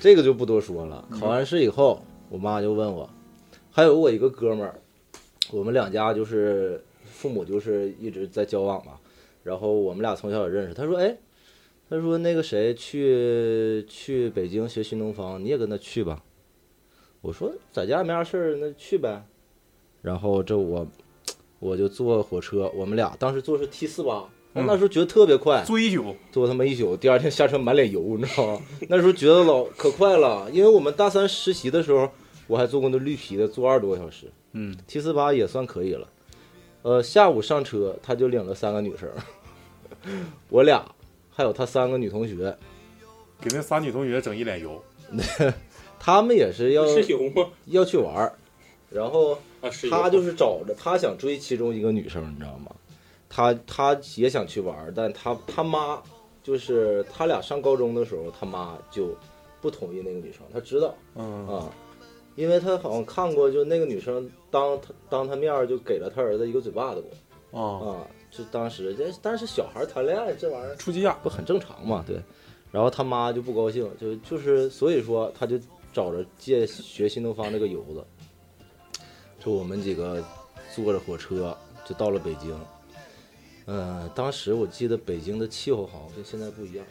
这个就不多说了。考完试以后，我妈就问我，还有我一个哥们儿，我们两家就是父母就是一直在交往嘛，然后我们俩从小也认识。他说，哎，他说那个谁去去北京学新东方，你也跟他去吧。我说在家没啥事儿，那去呗。然后这我我就坐火车，我们俩当时坐是 T 四八，
嗯
那时候觉得特别快，
坐一宿，
坐他妈一宿，第二天下车满脸油，你知道吗？ (laughs) 那时候觉得老可快了，因为我们大三实习的时候，我还坐过那绿皮的，坐二十多个小时
嗯，
，T 四八也算可以了。呃，下午上车，他就领了三个女生， (laughs) 我俩还有他三个女同学，
给那仨女同学整一脸油。
(laughs) 他们也是要
是油吗？
要去玩儿，然后
啊，是油。
他就是找着他想追其中一个女生，你知道吗？他他也想去玩儿，但他他妈就是他俩上高中的时候，他妈就不同意那个女生，他知道
嗯，
啊，因为他好像看过，就那个女生当他当他面儿就给了他儿子一个嘴巴子
啊，
过啊，就当时这但是小孩儿谈恋爱这玩意儿
出鸡眼。
不很正常嘛，对。然后他妈就不高兴，就就是所以说他就找着借学新东方这个由子，就我们几个坐着火车就到了北京。呃，当时我记得北京的气候好像跟现在不一样，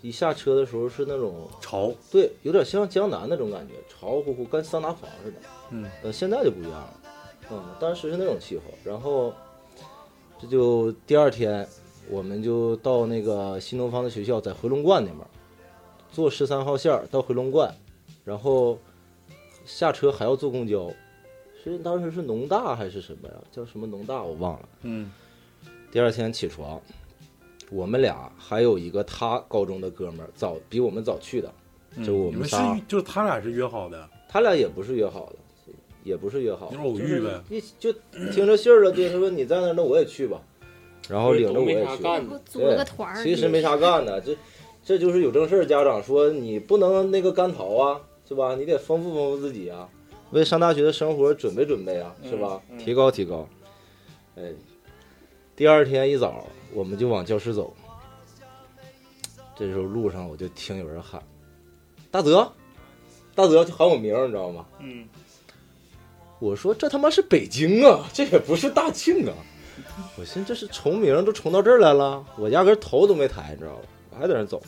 一下车的时候是那种
潮，
对，有点像江南那种感觉，潮乎乎，跟桑拿房似的。
嗯，
呃，现在就不一样了。嗯，当时是那种气候，然后这就第二天，我们就到那个新东方的学校，在回龙观那边儿，坐十三号线儿到回龙观，然后下车还要坐公交。是当时是农大还是什么呀？叫什么农大我忘了。
嗯，
第二天起床，我们俩还有一个他高中的哥们儿，早比我们早去的，就
嗯
我
你们是
仨，
就是他俩是约好的，
他俩也不是约好的，也不是约好的，
就是偶遇呗。
一就听着信儿了，对，说你在那儿，那我也去吧，然后领着我也去，
组了个团儿
对其实没啥干的，这这就是有正事儿。家长说你不能那个干逃啊，是吧？你得丰富丰富自己啊，为上大学的生活准备准备啊，是吧？
嗯嗯
提高提高。哎，第二天一早我们就往教室走，这时候路上我就听有人喊：“大泽，大泽！”就喊我名儿，你知道吗？
嗯，
我说这他妈是北京啊，这也不是大庆啊。我寻思这是重名都重到这儿来了，我压根儿头都没抬，你知道吧？我还在那儿走，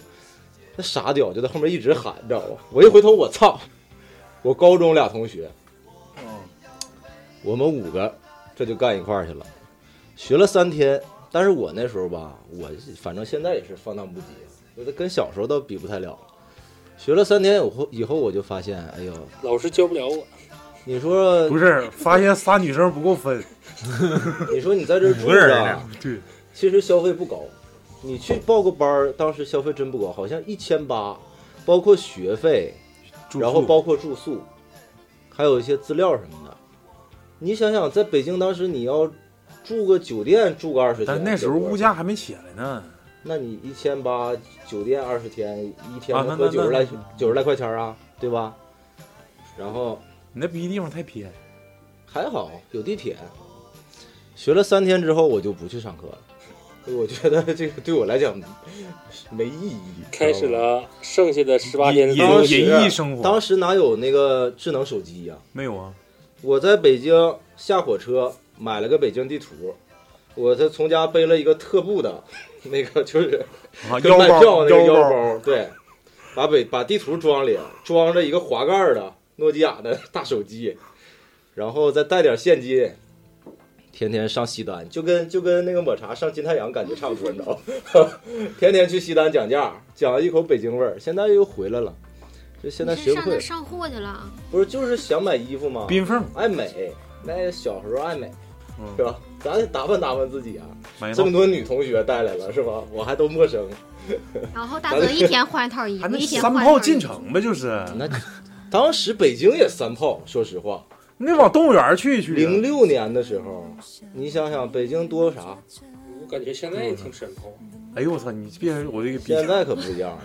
那傻屌就在后面一直喊，你知道吧？我一回头，我操！我高中俩同学，我们五个这就干一块儿去了，学了三天。但是我那时候吧，我反正现在也是放荡不羁，就是跟小时候倒比不太了。学了三天以后，以后我就发现，哎呦，
老师教不了我。
你说
不是？发现仨女生不够分，
(laughs) 你说你在这儿住
五个人
着
呢，对，
其实消费不高。你去报个班儿，当时消费真不高，好像一千八，包括学费，
住宿
然后包括住宿，还有一些资料什么的。你想想，在北京当时你要住个酒店住个二十天，
但那时候
对不对
物价还没起来呢。
那你一千八酒店二十天，一天
啊
能
那
合
那
九十
那
来九十来块钱儿啊，对吧？然后
你那逼地方太偏，
还好有地铁。学了三天之后，我就不去上课了，我觉得这个对我来讲没意义。
开始了剩下的十八天的
当时
当
当时哪有那个智能手机呀、
没有啊，
我在北京下火车买了个北京地图，我在从家背了一个特步的，那个就是
啊
跟卖
腰包
票那个
腰包
包，对，把北把地图装里，装着一个滑盖儿的诺基亚的大手机，然后再带点现金。天天上西单，就跟就跟那个抹茶上金太阳感觉差不多，你知道吗？ (laughs) 天天去西单讲价，讲一口北京味儿。现在又回来了，就 (laughs) 现在
你是
学不
上
会了。
那上货去了，啊
不是，就是想买衣服嘛，
冰缝
爱美，那小时候爱美，
嗯
是吧？咱得打扮打扮自己啊
买一。套
这么多女同学带来了，是吧？我还都陌生。
然后大泽一天换一套衣服，
还能
一天
三
换一
炮
套
进
衣服
城呗，就是。
那当时北京也三炮，说实话。
你得往动物园去去。
零六年的时候，你想想北京多啥？
我感觉现在也挺神炮。
嗯
哎呦我操！你别我这个逼
现在可不一样了。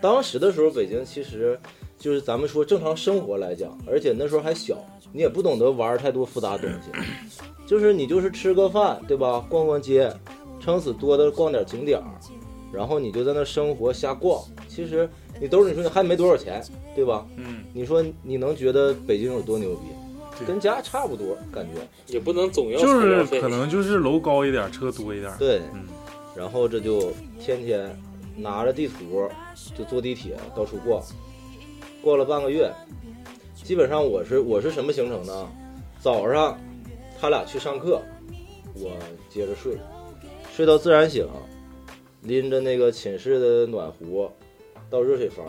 当时的时候，北京其实就是咱们说正常生活来讲，而且那时候还小，你也不懂得玩太多复杂东西，就是你就是吃个饭，对吧？逛逛街，撑死多的逛点景点儿，然后你就在那生活瞎逛。其实你兜里你说你还没多少钱，对吧？
嗯，
你说你能觉得北京有多牛逼？跟家差不多感觉，
也不能总要
就是可能就是楼高一点，车多一点。嗯
对，然后这就天天拿着地图就坐地铁到处逛，逛了半个月，基本上我是我是什么行程呢？早上他俩去上课，我接着睡，睡到自然醒，拎着那个寝室的暖壶到热水
(laughs)
房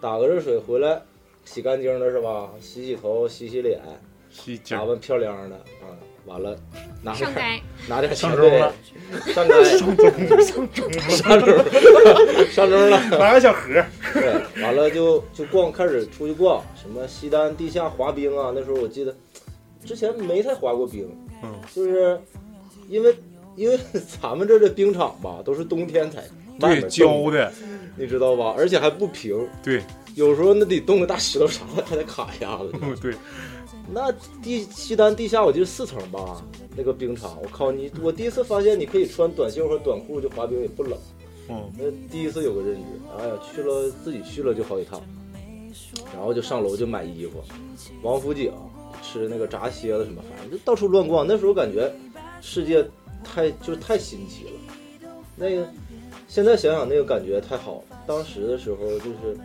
打个热水回来，洗干净了是吧？洗洗头，洗洗脸，
洗
打扮漂亮的啊、完了拿点
上街
(laughs) 拿点钱
上钟了
对上街
上钟 (laughs) 上钟
上钟上钟了，
(laughs) 拿个小盒儿
对，完了就就逛，开始出去逛，什么西单地下滑冰啊，那时候我记得之前没太滑过冰，
嗯，
就是因为因为 (laughs) 咱们这儿的冰场吧，都是冬天才慢慢
对浇
冻
的，
你知道吧？而且还不平，
对，
有时候那得冻个大石头啥的，还得卡一下子。
(laughs) 对，
那地西单地下我记得四层吧，那个冰场，我靠你！我第一次发现你可以穿短袖和短裤就滑冰也不冷，
嗯，
那第一次有个认知，哎呀，去了自己去了就好几趟，然后就上楼就买衣服，王府井吃那个炸蝎子什么，反正就到处乱逛。那时候感觉世界太就是太新奇了，那个现在想想那个感觉太好了。当时的时候就是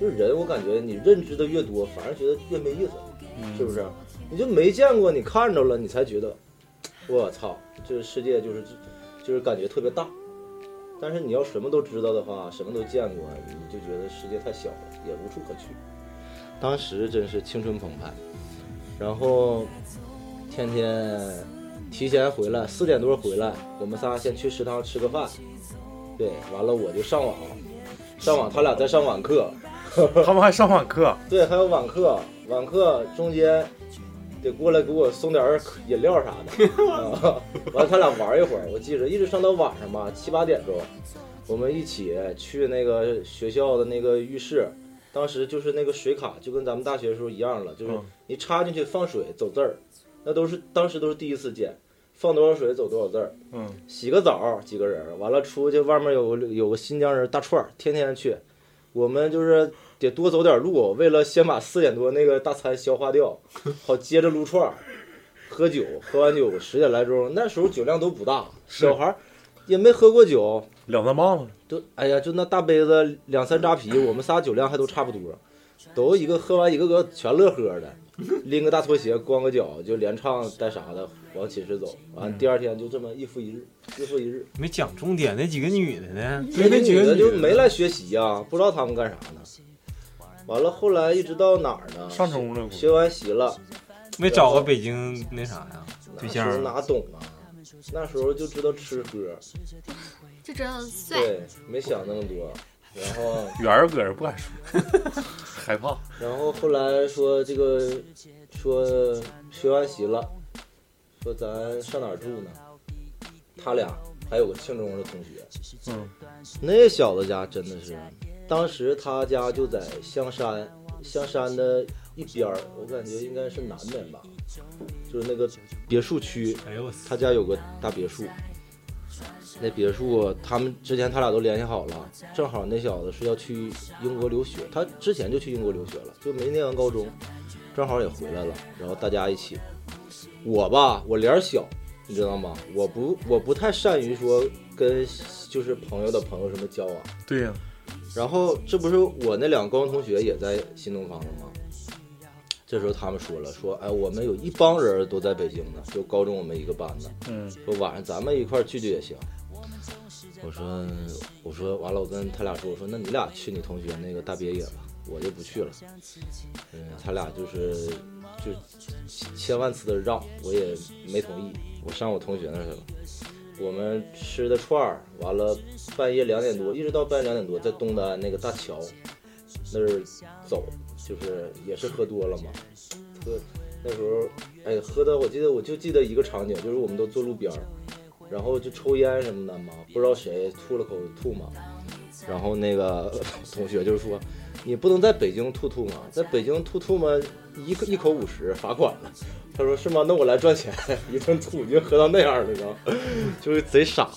就是人，我感觉你认知的越多，反而觉得越没意思，是不是？你就没见过，你看着了，你才觉得我操，这个世界就是就是感觉特别大。但是你要什么都知道的话，什么都见过，你就觉得世界太小了，也无处可去。当时真是青春澎湃，哎然后天天提前回来，四点多回来，我们仨先去食堂吃个饭，对，完了我就上网，上网，他俩在上网课，
嗯他们还上网
(laughs)
课，
对，还有网课，网课中间得过来给我送点儿饮料啥的。啊完了，他俩玩一会儿，我记着一直上到晚上吧，七八点钟，我们一起去那个学校的那个浴室。当时就是那个水卡，就跟咱们大学的时候一样了，就是你插进去放水走字儿，那都是当时都是第一次见，放多少水走多少字儿。
嗯，
洗个澡，几个人儿，完了出去外面有个有个新疆人大串儿，天天去，我们就是得多走点路，为了先把四点多那个大餐消化掉，好接着撸串儿，喝酒，喝完酒十点来钟，那时候酒量都不大，小孩儿也没喝过酒，
两三棒子，
就哎呀，就那大杯子两三扎啤，我们仨酒量还都差不多，都一个喝完一个个全乐呵的，拎个大拖鞋，光个脚就连唱带啥的往寝室走，完第二天就这么一复一日，日复一日。
没讲重点，那几个女的
嗯
呢？
女的就没来学习啊呀、不知道他们干啥呢。完了，后来一直到哪儿呢？
上中了
学完习了，
没找个北京那啥呀对象
那时候
啊？
哪懂啊？那时候就知道吃喝，
就知道帅。
对，没想那么多。然后
圆儿搁这不敢说， (laughs) 害怕。
然后后来说这个说学完习了，说咱上哪儿住呢？他俩还有个庆中的同学，
嗯，
那小子家真的是，当时他家就在香山，香山的一边儿，我感觉应该是南边吧，就是那个别墅区。
哎呦我
他家有个大别墅，那别墅他们之前他俩都联系好了，正好那小子是要去英国留学，他之前就去英国留学了，就没念完高中，正好也回来了，然后大家一起。我吧，我脸儿小，你知道吗？我不我不太善于说跟就是朋友的朋友什么交往。
对呀、
然后这不是我那两个高中同学也在新东方了吗？这时候他们说了，说哎，我们有一帮人都在北京呢，就高中我们一个班的，
嗯，
说晚上咱们一块儿聚聚也行。我说我说完了，我跟他俩说，我说那你俩去你同学那个大别野吧，我就不去了。嗯，他俩就是就千万次的让，我也没同意，我上我同学那儿去了。我们吃的串儿，完了半夜两点多，一直到半夜两点多，在东单那个大桥那儿走，就是也是喝多了嘛，喝那时候，哎，喝的我记得我就记得一个场景，就是我们都坐路边儿，然后就抽烟什么的嘛，不知道谁吐了口吐沫，然后那个 (laughs) 同学就说，你不能在北京吐吐沫，在北京吐吐沫一个一口五十罚款了。他说是吗？那我来赚钱，一顿吐已经喝到那样了，你知道吗， (laughs) 就是贼傻。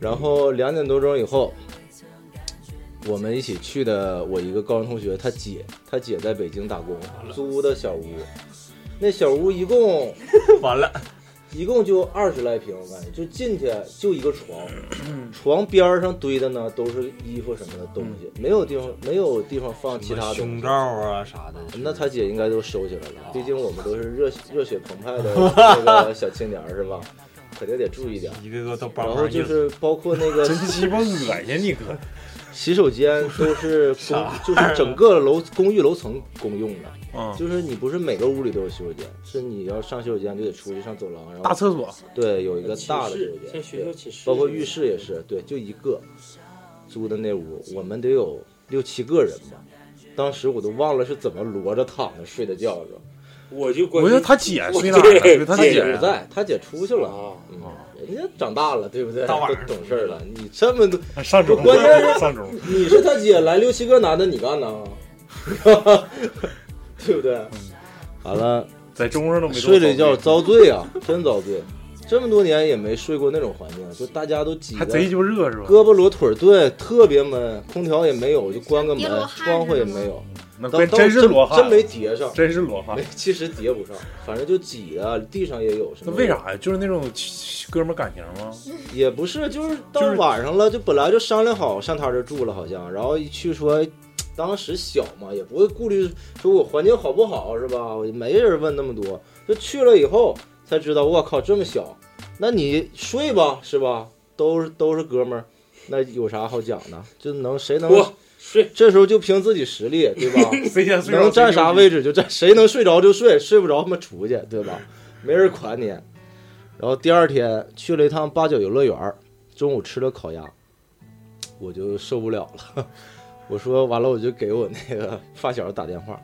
然后两点多钟以后，我们一起去的我一个高中同学，他姐，他姐在北京打工，租的小屋，那小屋一共
(laughs) 完了，
一共就二十来平，我感觉就进去就一个床，
嗯
嗯
床边儿上堆的呢都是衣服什么的东西，
嗯
没有地方没有地方放其他
胸
东西
罩。啊啥的，
那他姐应该都收起来
嗯
了，毕竟我们都是热热血澎湃
(laughs)
的那个小青年儿是吧？肯定得注意点儿。
一个个都棒
然
棒
后就是包括那
(laughs)
个
真鸡巴恶心，你哥！
洗手间都是公，就是整个楼公寓楼层公用的，
嗯
就是你不是每个屋里都有洗手间，是你要上洗手间就得出去上走廊，然后
大厕所
对，有一个大
寝
的洗
室
手间，
像学校
对
寝室
包括
似的
浴室也是，对，就一个租的那屋，我们得有六七个人吧，当时我都忘了是怎么摞着躺着睡的觉了。
我就关
(laughs) 我
心
觉得他 (laughs) 姐睡哪儿了对他姐不在他姐出去了嗯，人家长大了，对不对？
大晚
都
上
懂事儿了，你这么多
啊上
中
关键是
上中
(laughs) 你是他姐来六七个男的，你干呢？ (laughs) 对不对？完了，
在中上都没多
睡了一觉
遭罪
遭罪啊，真遭罪。这么多年也没睡过那种环境，就大家都挤，
还贼鸡巴热是吧
胳膊裸腿儿，对，特别闷，空调也没有，就关个门
别罗，汉
窗户也
是吗
没有。
那
当
关真是
当
罗汉
真没叠上，
真是罗汉
没其实叠不上，反正就挤啊，地上也有什
那
么。
为啥呀？就是那种哥们儿感情吗？
(laughs) 也不是，就是到晚上了，就本来就商量好上他这住了，好像，然后一去说，哎当时小嘛，也不会顾虑说我环境好不好是吧？我没人问那么多，就去了以后才知道，我靠，这么小，那你睡吧是吧？都是都是哥们儿，那有啥好讲的？就能谁能
我？
睡？这时候就凭自己实力，对吧
(laughs) 谁先睡着
能占啥
谁就
位置就占，谁能睡着就睡，睡不着他妈出去，对吧？没人管你。然后第二天去了一趟八角游乐园儿，中午吃了烤鸭，我就受不了了。 (laughs) 我说完了，我就给我那个发小打电话，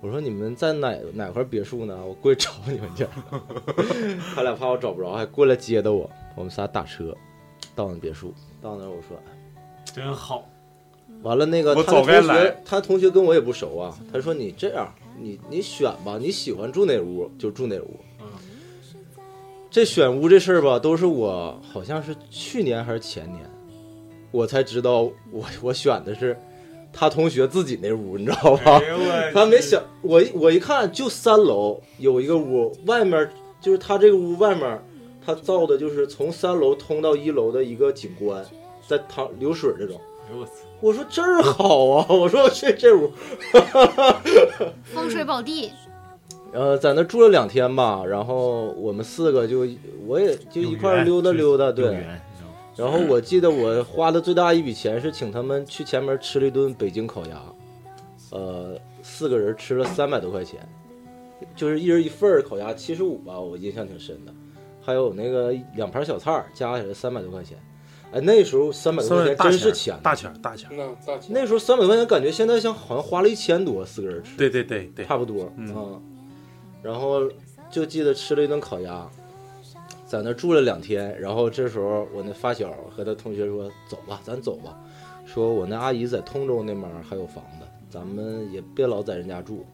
我说你们在哪哪块别墅呢？我过去找你们去。 (laughs) 他俩怕我找不着，还过来接的我。我们仨打车到那别墅，到那儿我说
真好。
完了那个
我
他的
早该
同
来
学，他同学跟我也不熟啊。他说你这样，你你选吧，你喜欢住哪屋就住哪屋。
嗯
这选屋这事儿吧，都是我好像是去年还是前年，我才知道我我选的是他同学自己那屋，你知道吧？
哎
(laughs) 他没想我一我一看就三楼有一个屋，外面就是他这个屋外面，他造的就是从三楼通到一楼的一个景观，在淌流水这种。
哎
我说这儿好啊！ (laughs) 我说这这屋，
风水宝地，
呃，在那住了两天吧，然后我们四个就我也就一块儿溜达溜达，对。然后我记得我花的最大一笔钱是请他们去前门吃了一顿北京烤鸭，呃，四个人吃了三百多块钱，就是一人一份儿烤鸭七十五吧，我印象挺深的。还有那个两盘小菜儿加起来三百多块钱，哎，那时候三百多块钱真是钱，
大钱儿大钱儿。
那大
那时候三百块钱，感觉现在像好像花了一千多，四个人吃，
对对对对，
差不多，
嗯
啊然后就记得吃了一顿烤鸭，在那住了两天。然后这时候我那发小和他同学说：“走吧，咱走吧。”说我那阿姨在通州那边还有房子，咱们也别老在人家住。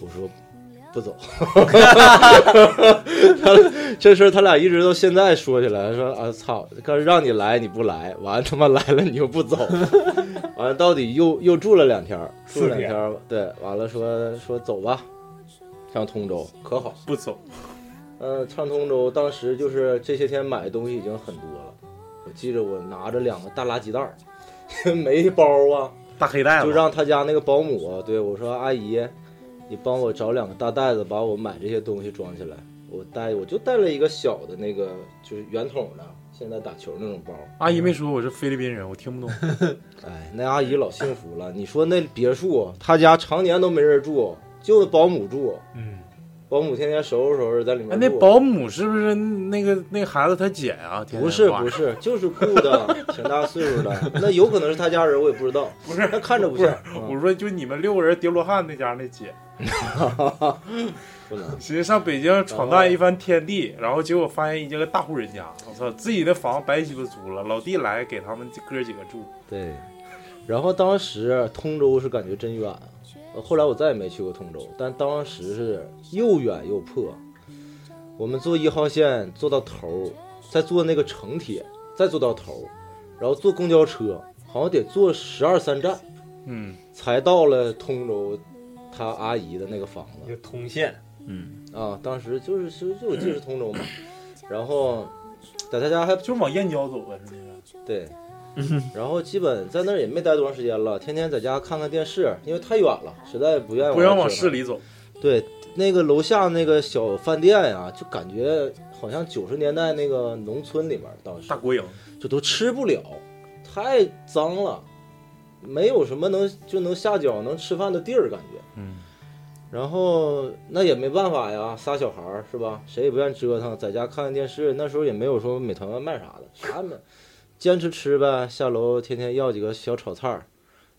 我说不走， (laughs) 他这事儿他俩一直到现在说起来，说啊操，刚让你来你不来，完他妈来了你又不走， (laughs) 完了到底又又住了两天儿，住了两天儿，对，完了说说走吧，上通州可好，
不走，
呃，上通州当时就是这些天买的东西已经很多了，我记着我拿着两个大垃圾袋儿， (laughs) 没包啊，
大黑袋子
就让他家那个保姆啊对我说：“阿姨，你帮我找两个大袋子，把我买这些东西装起来。”我带我就带了一个小的那个，就是圆筒的，现在打球那种包。
阿姨没说我是菲律宾人，我听不懂。
(laughs) 哎，那阿姨老幸福了。你说那别墅，她家常年都没人住，就那保姆住。
嗯，
保姆天天收拾收拾在里面
哎，
住。
那保姆是不是那个那孩子他姐呀、天天
不是
玩
不是，就是雇的，
(laughs)
挺大岁数的。那有可能是他家人，我也不知道。
不是，
那看着不
不是
像。嗯
我说就你们六个人叠罗汉那家那
(laughs)
姐，
不能。
直接上北京闯荡一番天地，然后结果发现一个大户人家，我操，自己的房白鸡巴租了，老弟来给他们哥几个住，
对，然后当时通州是感觉真远，呃后来我再也没去过通州，但当时是又远又破。我们坐一号线坐到头儿，再坐那个城铁，再坐到头儿，然后坐公交车，好像得坐十二三站
嗯，
才到了通州，他阿姨的那个房子。
通县，
嗯啊，当时就是是就我记得是通州嘛，然后在他家还
就往燕郊走呗，是不是？ (laughs)
对，然后基本在那儿也没待多长时间了，天天在家看看电视，因为太远了，实在不愿意
不想往
外折
市
腾。
里走，
对，那个楼下那个小饭店呀、就感觉好像九十年代那个农村里面当时
大国营，
就都吃不了，太脏了，没有什么能就能下脚能吃饭的地儿感觉。
嗯，
然后那也没办法呀，仨小孩儿是吧？谁也不愿意折腾，在家看看电视。那时候也没有说美团外卖啥的，啥也没有，坚持吃呗。下楼天天要几个小炒菜儿，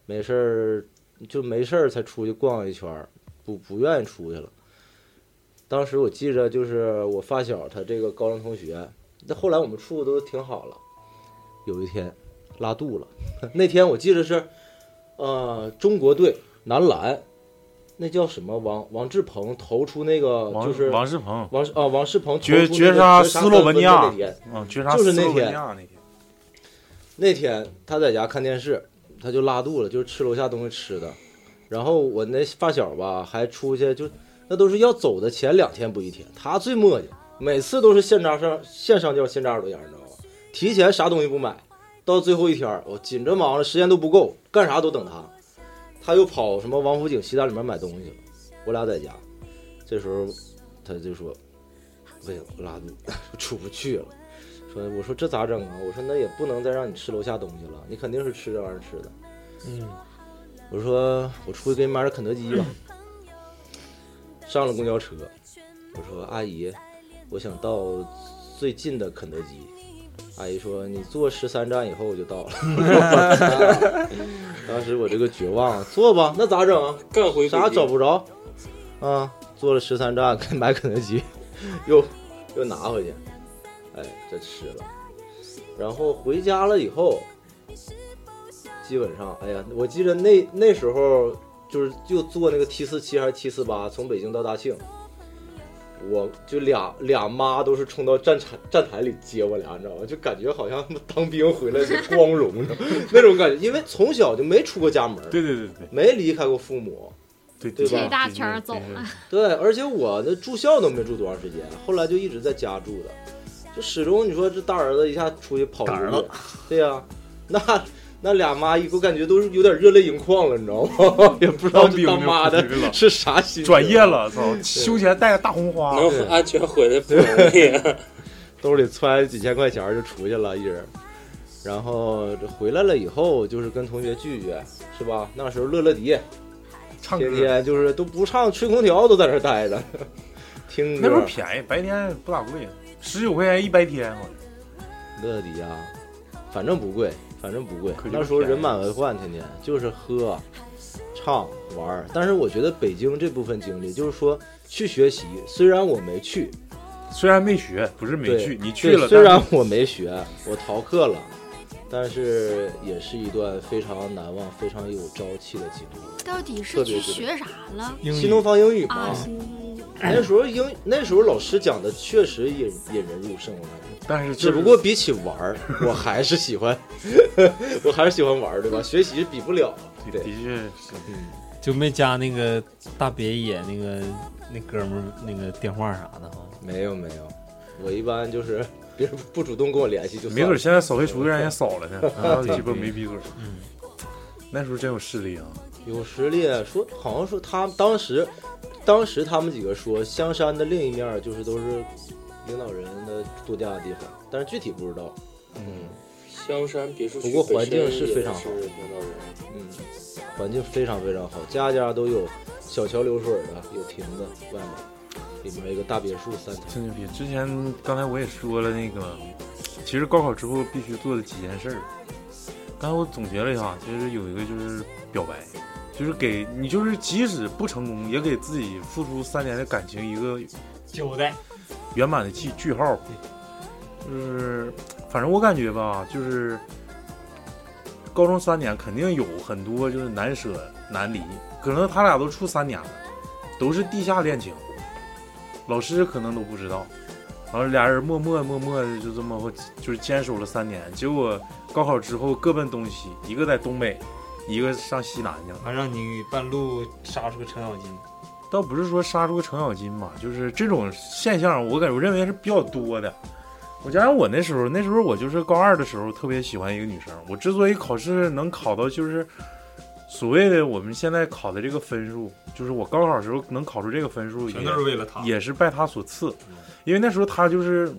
没事儿就没事儿才出去逛一圈儿，不不愿意出去了。当时我记着，就是我发小他这个高中同学，那后来我们处的都挺好了。有一天拉肚了，那天我记得是，呃，中国队男篮，那叫什么王王志鹏投出那个
王
就是
王仕鹏
王啊王仕鹏投出那
绝
个
绝杀斯洛文尼亚
绝杀三分的那天，
嗯，绝杀
就
斯
是那
洛文尼
天
亚那天，
那天他在家看电视，他就拉肚了，就是吃楼下东西吃的。然后我那发小吧，还出去就那都是要走的前两天不一天，他最磨叽，每次都是现扎上现上吊现扎耳朵眼儿，你知道吧？提前啥东西不买，到最后一天儿我紧着忙着，时间都不够，干啥都等他。他又跑什么王府井西单里面买东西了，我俩在家，这时候他就说不行，我拉肚，我 (laughs) 出不去了。说我说这咋整啊？我说那也不能再让你吃楼下东西了，你肯定是吃这玩意儿吃的。
嗯，
我说我出去给你买点肯德基吧。上了公交车，我说阿姨，我想到最近的肯德基。阿姨说：“你坐十三站以后我就到了。” (laughs) 当时我这个绝望，坐吧，那咋整啊？
干回
啥找不着啊？坐了十三站， (laughs) 该买肯德基，又又拿回去，哎，这吃了。然后回家了以后，基本上，哎呀，我记得那那时候就是就坐那个 T 四七还是 T 四八，从北京到大庆，我就俩俩妈都是冲到站台站台里接我俩，你知道吗？就感觉好像他妈当兵回来的光荣 (laughs) 那种感觉，因为从小就没出过家门，
对对对对，
没离开过父母，
对
(laughs) 对吧？
一大圈儿走了，
对，而且我的住校都没住多长时间，后来就一直在家住的，就始终你说这大儿子一下出去跑出
儿
去
了，
对呀、那那俩妈一，我感觉都是有点热泪盈眶了，你知道吗？ (laughs) 也不知道
当
这
兵
当
就
妈的
回来了
是啥心情，啊
转业了，操，
对
休闲带个大红花，
对
安全回来不容易，啊
(laughs) 兜里揣几千块钱儿就出去了，一人儿。然后这回来了以后，就是跟同学聚聚，是吧？那时候乐乐迪，
唱歌
天天就是都不唱，吹空调都在那儿待着， (laughs) 听
那时
歌。
候便宜，白天不咋贵，十九块钱一白天，好像
乐迪啊，反正不贵，反正不贵。
就是
那时候人满为患，天天就是喝、唱、玩儿。但是我觉得北京这部分经历，就是说去学习，虽然我没去，
虽然没学，不是没
对
去，你
对
去了，
虽
但
然
是
我没学，我逃课了，但是也是一段非常难忘、非常有朝气的经历。
到底
特
是
别
去
是
学啥了？
新东方英语嘛，
啊，新东方英语
那时候英那时候老师讲的确实引引人入胜，我感觉。
但是
只
就是
不过比起玩儿，我还是喜欢， (laughs) 我还是喜欢玩儿，对吧？学习是比不了，对，
的确是。
嗯
就没加那个大别野那个那哥们儿那个电话啥的哈。
没有没有，我一般就是别人不主动跟我联系就算
没
了
准现在扫黑除罪让人扫了呢，
(laughs) 啊
他鸡巴
对嗯
没闭嘴。那时候真有势力啊，
有实力说，好像说他当时，当时他们几个说，香山的另一面就是都是领导人的度假的地方，但是具体不知道。嗯，
香山别墅区
不过环境
本身
是
也
非常好
是领导人
嗯，环境非常非常好，家家都有小桥流水的，有亭子，外面里面有一个大别墅三层。
真牛逼！之前刚才我也说了那个，其实高考之后必须做的几件事儿。刚才我总结了一下，其实有一个就是表白，就是给你就是即使不成功，也给自己付出三年的感情一个
交代。
圆满的句句号。就是，反正我感觉吧，就是高中三年肯定有很多就是难舍难离，可能他俩都处三年了，都是地下恋情，老师可能都不知道。然后俩人默默默默的就这么就是坚守了三年，结果高考之后各奔东西，一个在东北，一个上西南去了。
还让你半路杀出个程咬金，
倒不是说杀出个程咬金吧，就是这种现象，我感我认为是比较多的。我加上我那时候，那时候我就是高二的时候，特别喜欢一个女生。我之所以考试能考到就是所谓的我们现在考的这个分数，就是我高考时候能考出这个分数，
全都是为了她嗯
也是拜她所赐。因为那时候她就是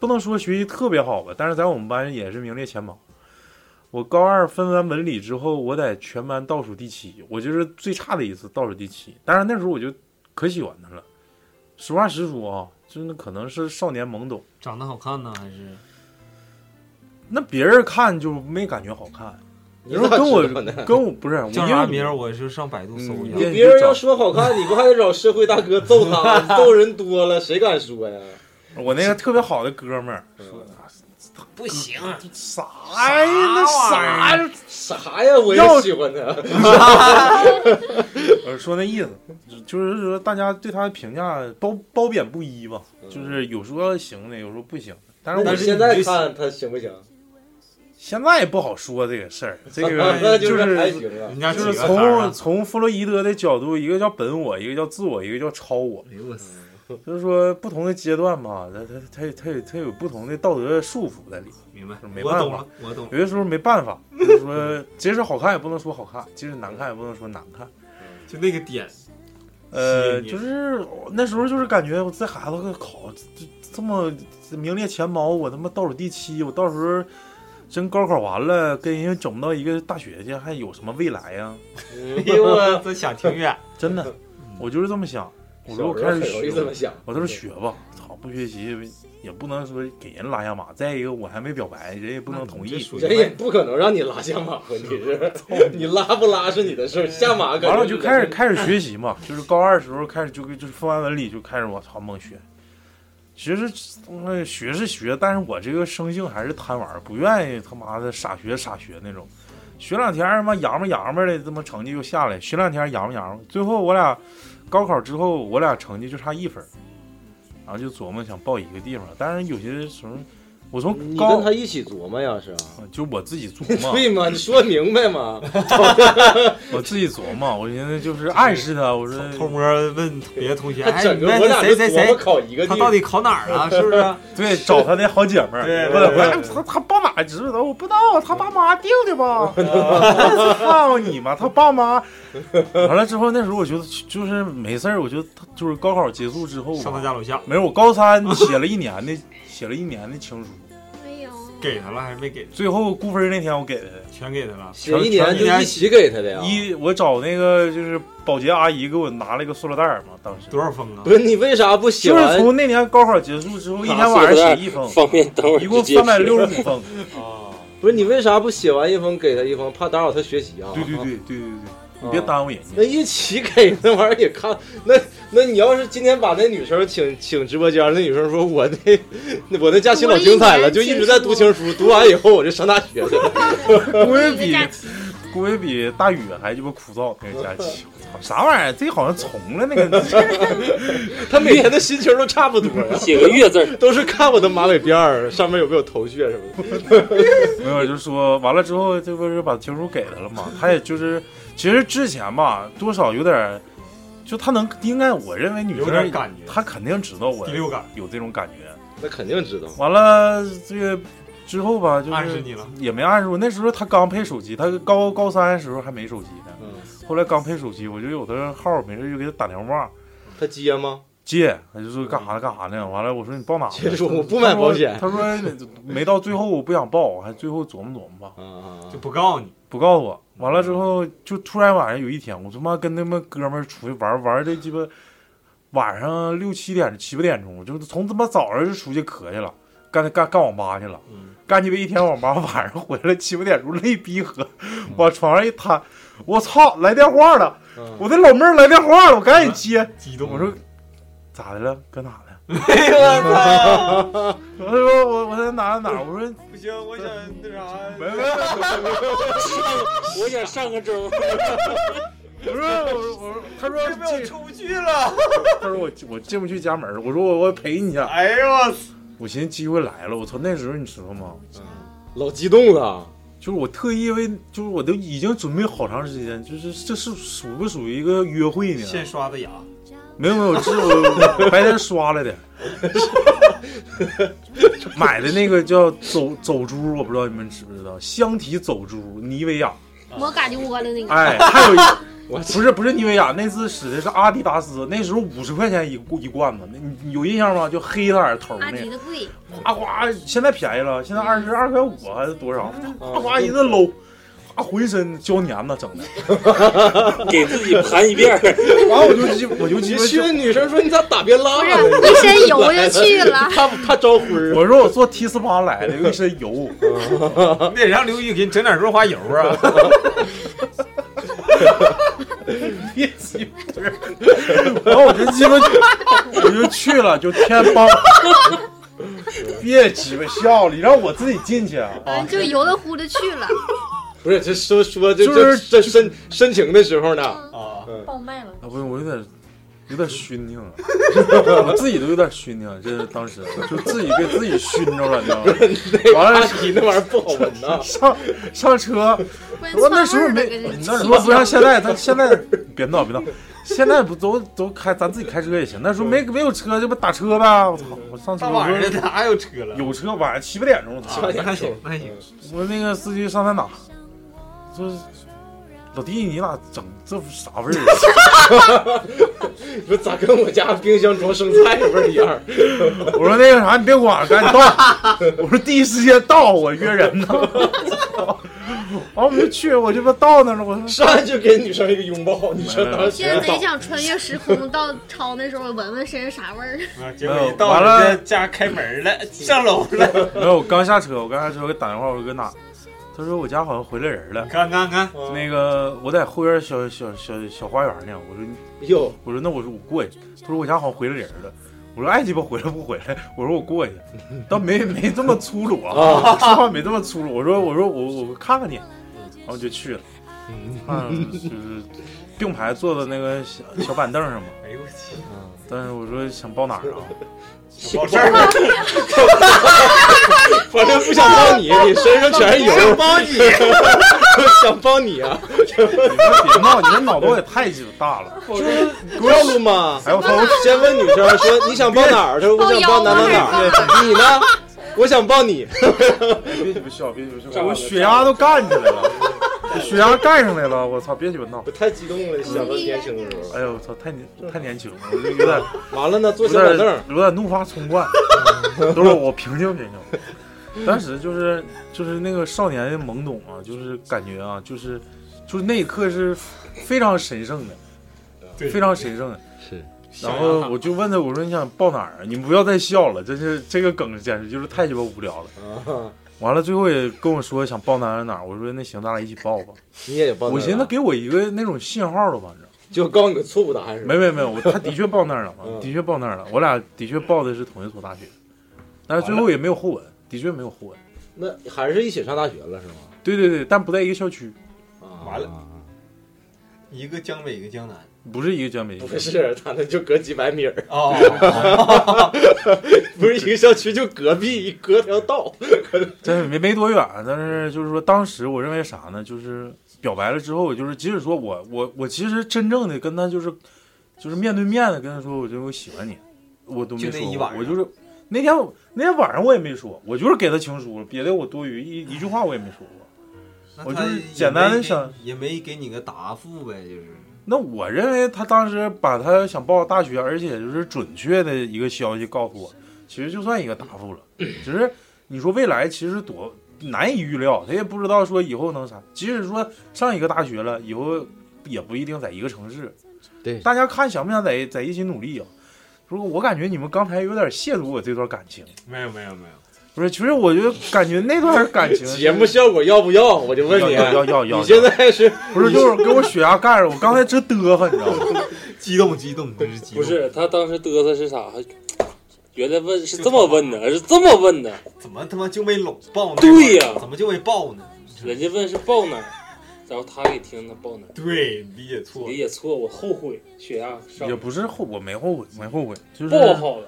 不能说学习特别好吧，但是在我们班也是名列前茅。我高二分完文理之后，我在全班倒数第七，我就是最差的一次倒数第七。但是那时候我就可喜欢她了，实话实说啊，真的可能是少年懵懂。
长得好看呢还是？
那别人看就没感觉好看。你说跟我
你咋知道呢
跟我不是我因
叫
为
啥名儿？我是上百度搜一下。
嗯
别人要说好看，你不还得找社会大哥揍他？揍人多了，谁敢说呀？嗯
我那个特别好的哥们儿说
不行，啊
啥呀？那啥呀？
啥呀？我
要
也喜欢
(laughs)
他。
呃，说那意思，就是说大家对他的评价褒褒贬不一吧，就是有说行的，有说不行的。但是
那
我
你现在看他行不行？
现在也不好说这个事
(laughs)
儿，这个
那
就
就是还
是
行啊人
就
家
是
几个坎儿啊
从从弗洛伊德的角度，一个叫本我，一个叫自我，一个叫超我。
哎呦我操！
就是说不同的阶段吧，他他他他有他有不同的道德束缚在里面。
明白
没
我
办
懂
法
了，，我懂了。
有的时候没办
(laughs)
法，就是说，即使好看也不能说好看，即使难看也不能说难看。
嗯就那个点，
呃，
吸引你
就是我那时候就是感觉我这孩子考这这么名列前茅，我他妈倒数第七，我到时候真高考完了，跟人家整不到一个大学去，还有什么未来呀、
哎呦我这想挺远， (laughs)
真的，我就是这么想。我说我
小时候
开始
很容易
学，
这么想
我都是学吧，操，不学习也不能说给人拉下马。再一个，我还没表白，人也不能同意，
人也不可能让你拉下马，问题 (laughs) 是，你拉不拉是你的事儿，下马可
完了
能
就是开始开始学习嘛，就是高二时候开始就就是分完文理就开始我操猛学，学是嗯学是学，但是我这个生性还是贪玩，不愿意他妈的傻学傻学那种，学两天他妈洋吧洋吧的，他妈成绩就下来，学两天洋吧洋吧，最后我俩高考之后我俩成绩就差一分儿，然后就琢磨想报一个地方，但是有些时候我从
你
高呃
跟他一起琢磨呀，是啊，
就我自己
(laughs)
琢磨
对吗？你说明白吗？
(laughs) 我自己琢磨，我寻思就是暗示他，我说偷
摸问别的同学哎
他整个我俩就琢磨考一个地方，
(laughs) 对，找他那好姐们儿，
对
问
对
问他他报哪儿知道？我不知道，他爸妈定的吧？我操你妈！他爸妈完了之后，那时候我觉得就是没事儿，我觉得他就是高考结束之后，
上他家楼下
没事儿，我高三写了一年的，写了一年的情书，
给他了 (laughs) 还是没给？
最后估分那天我给他的，
全给他了，
全全一我找那个就是保洁阿姨给我拿了一个塑料袋儿嘛，当时
多少封啊
不是你为啥不写
就是
完？
从那年高考结束之后，一天晚上写一封，
方便等会儿
一共三百六十五封。
(laughs) 不是你为啥不写完一封给他一封，怕打扰他学习啊？
对对对对对对，你别耽误人家。
那一起给那玩意儿也看，那那你要是今天把那女生请请直播间，那女生说我那我那假期老精彩了，就一直在读情书，读完以后我就上大学去
(laughs)
了。
估计比估计比大宇还鸡巴枯燥那个假期，我操，啥玩意儿？这好像从了那个，
(laughs) 他每天的心情都差不多呀，
(laughs) 写个月
字都是看我的马尾辫儿上面有没有头屑什么的。
没有，就说完了之后，这不是把情书给他了吗？他也就是，其实之前吧，多少有点儿，就他能应该，我认为女生
有点感
觉，他肯定知道我
第六感
有这种感觉，
那肯定知道。
完了这个之后吧，就是
暗示你了，
也没暗示我。那时候他刚配手机，他高高三的时候还没手机呢，
嗯
后来刚配手机，我就有他号，没事就给他打电话，
他接吗？
接，他就说干啥呢干啥呢？完了我说你报哪呢？
接着说我不买保险
他说他说没到最后我不想报，我还最后琢磨琢磨吧，
嗯
就不告诉你，
不告诉我。完了之后就突然晚上有一天，我他妈跟他们哥们儿出去玩玩的鸡巴。晚上六七点七八点钟，就是从他妈早上就出去磕去了，干干干网吧去了，
嗯
干鸡巴一天网吧，晚上回来七八点钟累逼喝，
嗯
往床上一瘫，我操，来电话了，
嗯
我的老妹儿来电话了，我赶紧接，激动，我说咋的了，搁哪呢？
(laughs)
嗯我
操！ (laughs) 我说我我在哪哪，我说
不行，我想那啥，
我想上个周。
(laughs)
我说我我说，他说
我
出
不去了。
他说我我进不去家门儿，我说我我陪你去。哎呦我，我寻思机会来了，我操！那时候你知道吗？
(laughs) 老激动了，
就是我特意为，就是我都已经准备好长时间，就是这是属不属于一个约会呢？
现刷的牙，
没有没有，这是我白天刷来的，买的那个叫走走珠，我不知道你们知不知道，香缇走珠，妮维雅。
抹嘎就窝了那个。
哎，还有一，不是不是妮维雅，那次使的是阿迪达斯，那时候五十块钱一一罐子，那你你有印象吗？就黑色儿头儿
阿
那
迪
个
的，贵，
哗哗，现在便宜了，现在二十二块五啊还是多少？哗哗一顿搂，哗浑身胶粘子整的，
给自己盘一遍
完我就鸡我就鸡
你去那女生说你咋打边拉？
不
是
一身油就去了
他他招呼儿，
我说我坐 T 四八来的，有一身油，
你得让刘玉给你整点润滑油
(laughs)
啊！
别鸡巴， (laughs) 然后我就鸡巴，我就去了，就天帮。别鸡巴笑了，你让我自己进去啊！
嗯，就油的乎的去了，
不是这说说这
就是
这这深深情的时候呢
啊，
嗯
(laughs) 爆麦了。
啊，不是，我有点有点熏挺了， (laughs) 我自己都有点熏挺了，这是当时就自己给自己熏着了，你知道吗？完了，
你 (laughs) 那玩意儿不好闻呐。
上上车，
关
我那时候没，那时候不像现在，他现在 (laughs) 别闹别闹，现在不都都开，咱自己开车也行。那时候没没有车，这不打车呗？我操，我上车
大晚上的
我说
哪有车了？
有车，晚上七八点钟，我操
那 (laughs) 还行，那还行。
我那个司机上咱哪？说老弟，你咋整这啥味啊
(laughs)
儿？
说咋跟我家冰箱装生菜味儿一样？
(laughs) 我说那个啥，你别管了，赶紧到。我说第一时间到，我约人呢。 (laughs) 完我没去，我就不到那了，我
上来就给女生一个拥抱，你说哪
现在贼想穿越时空到超那时候闻闻身上啥味儿。
结果一
完
到
了
人家家开门了， (laughs) 上楼了。
(laughs) 没有，我刚下车，我刚下车，我给打电话，我搁哪？他说我家好像回来人了。
看看看，
那个我在后院小小小小花园呢。我说
哎
你
哟，
我说那我说我过去。他说我家好像回来人了。我说爱鸡巴回来不回来？我说我
(laughs)
过去，倒没没这么粗鲁啊，
啊
说话没这么粗鲁。我说我说我我看看你，然后就去了。嗯，就是并排坐在那个小小板凳上嘛。
哎呦我去！
嗯
但是我说想报哪儿啊？
报这儿
(laughs)
反正不想帮你，你身上全是油。
想帮 (laughs) 你
想帮你啊！
别闹，你这脑洞也太鸡巴大了。
不要撸吗？
哎，我
操！先问女生说你想抱哪儿？她说我想抱哪哪哪儿。你呢？我想抱 (laughs) 你。
别鸡巴笑，别鸡巴笑，我血压都干起来了，我血压干上来了，我操！别鸡巴闹，
我太激动了，想到年轻的时候。
哎呦，我操，太年太年轻了，我就有点
嗯 (laughs) 完了呢，坐
有
小板
点有
凳。
点怒发冲
(laughs)
冠。都是我平静平静。当时就是就是那个少年的懵懂啊，就是感觉啊，就是就是那一刻是非常神圣的，非常神圣的。
是。
然后我就问他，我说你想抱哪儿啊？你们不要再笑了，真是这个梗简直就是太鸡巴无聊
嗯
了。完了，最后也跟我说想抱哪儿哪儿，我说那行，咱俩一起抱吧。
(laughs) 你也抱哪儿哪儿
我寻思给我一个那种信号了吧，反正
就告诉你个错误答案是吧
(laughs) 没没没，我他的确抱那儿了，
嗯
的确抱那儿了，我俩的确抱的是同一所大学，但是最后也没有后文，的确没有后文。
(laughs) 那还是一起上大学了是吗？
对对对，但不在一个校区，
嗯
完了，
一个江北，一个江南。
不是一个江北，
不是，他那就隔几百米儿
哦，
不是一个校区，就隔壁隔条道。
真是没没多远，但是就是说，当时我认为啥呢？就是表白了之后，就是即使说我我我其实真正的跟他就是就是面对面的跟他说，我觉得我喜欢你，我都没
就那一
说
晚上
过，我就是那天那天晚上我也没说，我就是给他情书了，别的我多余一一句话我也没说过，我就是简单的想，
也没给你个答复呗，就是
那我认为他当时把他想报大学，而且就是准确的一个消息告诉我，其实就算一个答
(clears throat)
复了。只是你说未来其实多难以预料，他也不知道说以后能啥。即使说上一个大学了，以后也不一定在一个城市。
对，
大家看想不想在在一起努力啊？如果我感觉你们刚才有点亵渎我这段感情，
没有没有没有，
不是，其实我就感觉那段感情
(laughs) 节目效果要不要？我就问你，啊
要要要要
你现在是
不是就是给我血压盖着，我刚才真嘚瑟，你知道吗？
(laughs) 激动激动，真是激
不是，他当时嘚瑟是啥？原来问是这么问的，是这么问的。
怎么他妈就没搂抱呢？
对呀
怎么就没抱呢？
人家问是抱哪儿，然后他给听他抱哪儿。
对，理解错，
理解错，我后悔，血压上
也不是后，我没后悔，没后悔，就是
抱好了，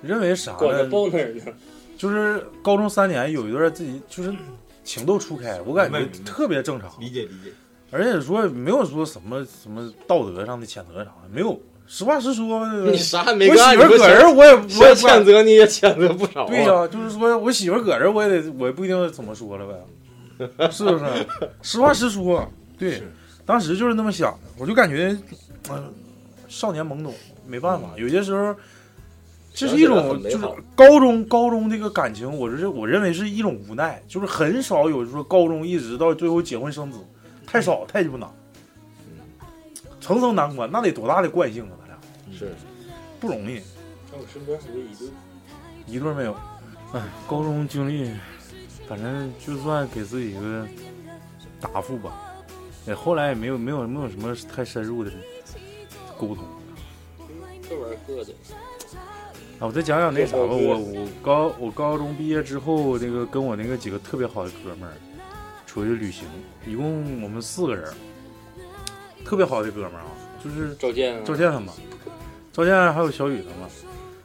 认为啥
管他
呢？
抱哪儿呢？
就是高中三年有一段自己就是情窦初开，我感觉
明白明白
特别正常，
理解理解。
而且说没有说什么什么道德上的谴责啥的，没有。实话实说，
你啥也没干
我媳妇儿搁
你说
这儿
想
我也我也不
想谴责你也谴责不少啊
对呀、就是说我媳妇儿搁这儿我也得我也不一定怎么说了
(laughs)
呗，是不是？实话实说，对，当时就是那么想的，我就感觉，嗯、少年懵懂，没办
嗯
法，有些时候这是一种
想起
就
来
是
很美好
高中高中这个感情，我是我认为是一种无奈，就是很少有说高中一直到最后结婚生子，太
嗯
少太鸡巴难，层层难关，那得多大的惯性啊，咱俩
是
不容易，
看我身边还有一个，
一对儿没有。哎，高中经历，反正就算给自己一个答复吧，也后来也没有没有没有什么太深入的沟通。
各玩各的。
啊，我再讲讲那啥吧，我我高我高中毕业之后，那个跟我那个几个特别好的哥们儿出去旅行，一共我们四个人儿，特别好的哥们儿啊，就是
赵健啊
赵健他们，赵健还有小雨他们，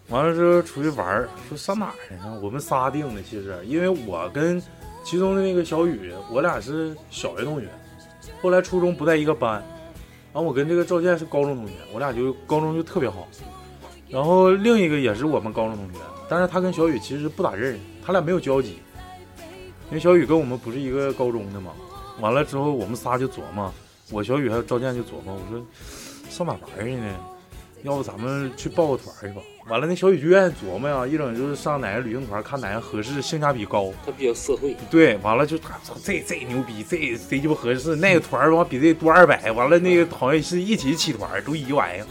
完了之后出去玩儿，说上哪儿去呢？我们仨定的，其实因为我跟其中的那个小雨，我俩是小学同学，后来初中不在一个班，然后我跟这个赵健是高中同学，我俩就高中就特别好。然后另一个也是我们高中同学，但是他跟小雨其实不咋认识，他俩没有交集，因为小雨跟我们不是一个高中的嘛。完了之后，我们仨就琢磨，我小雨还有赵健就琢磨，我说上哪玩去呢？要不咱们去报个团去吧？完了，那小雨就愿意琢磨呀，一整就是上哪个旅行团，看哪个合适，性价比高。
他比较社会，
对，完了就啊操这这牛逼，这谁鸡巴合适？那个团儿完比这多二百，完了那个好像是一起起团儿，都一个玩意儿，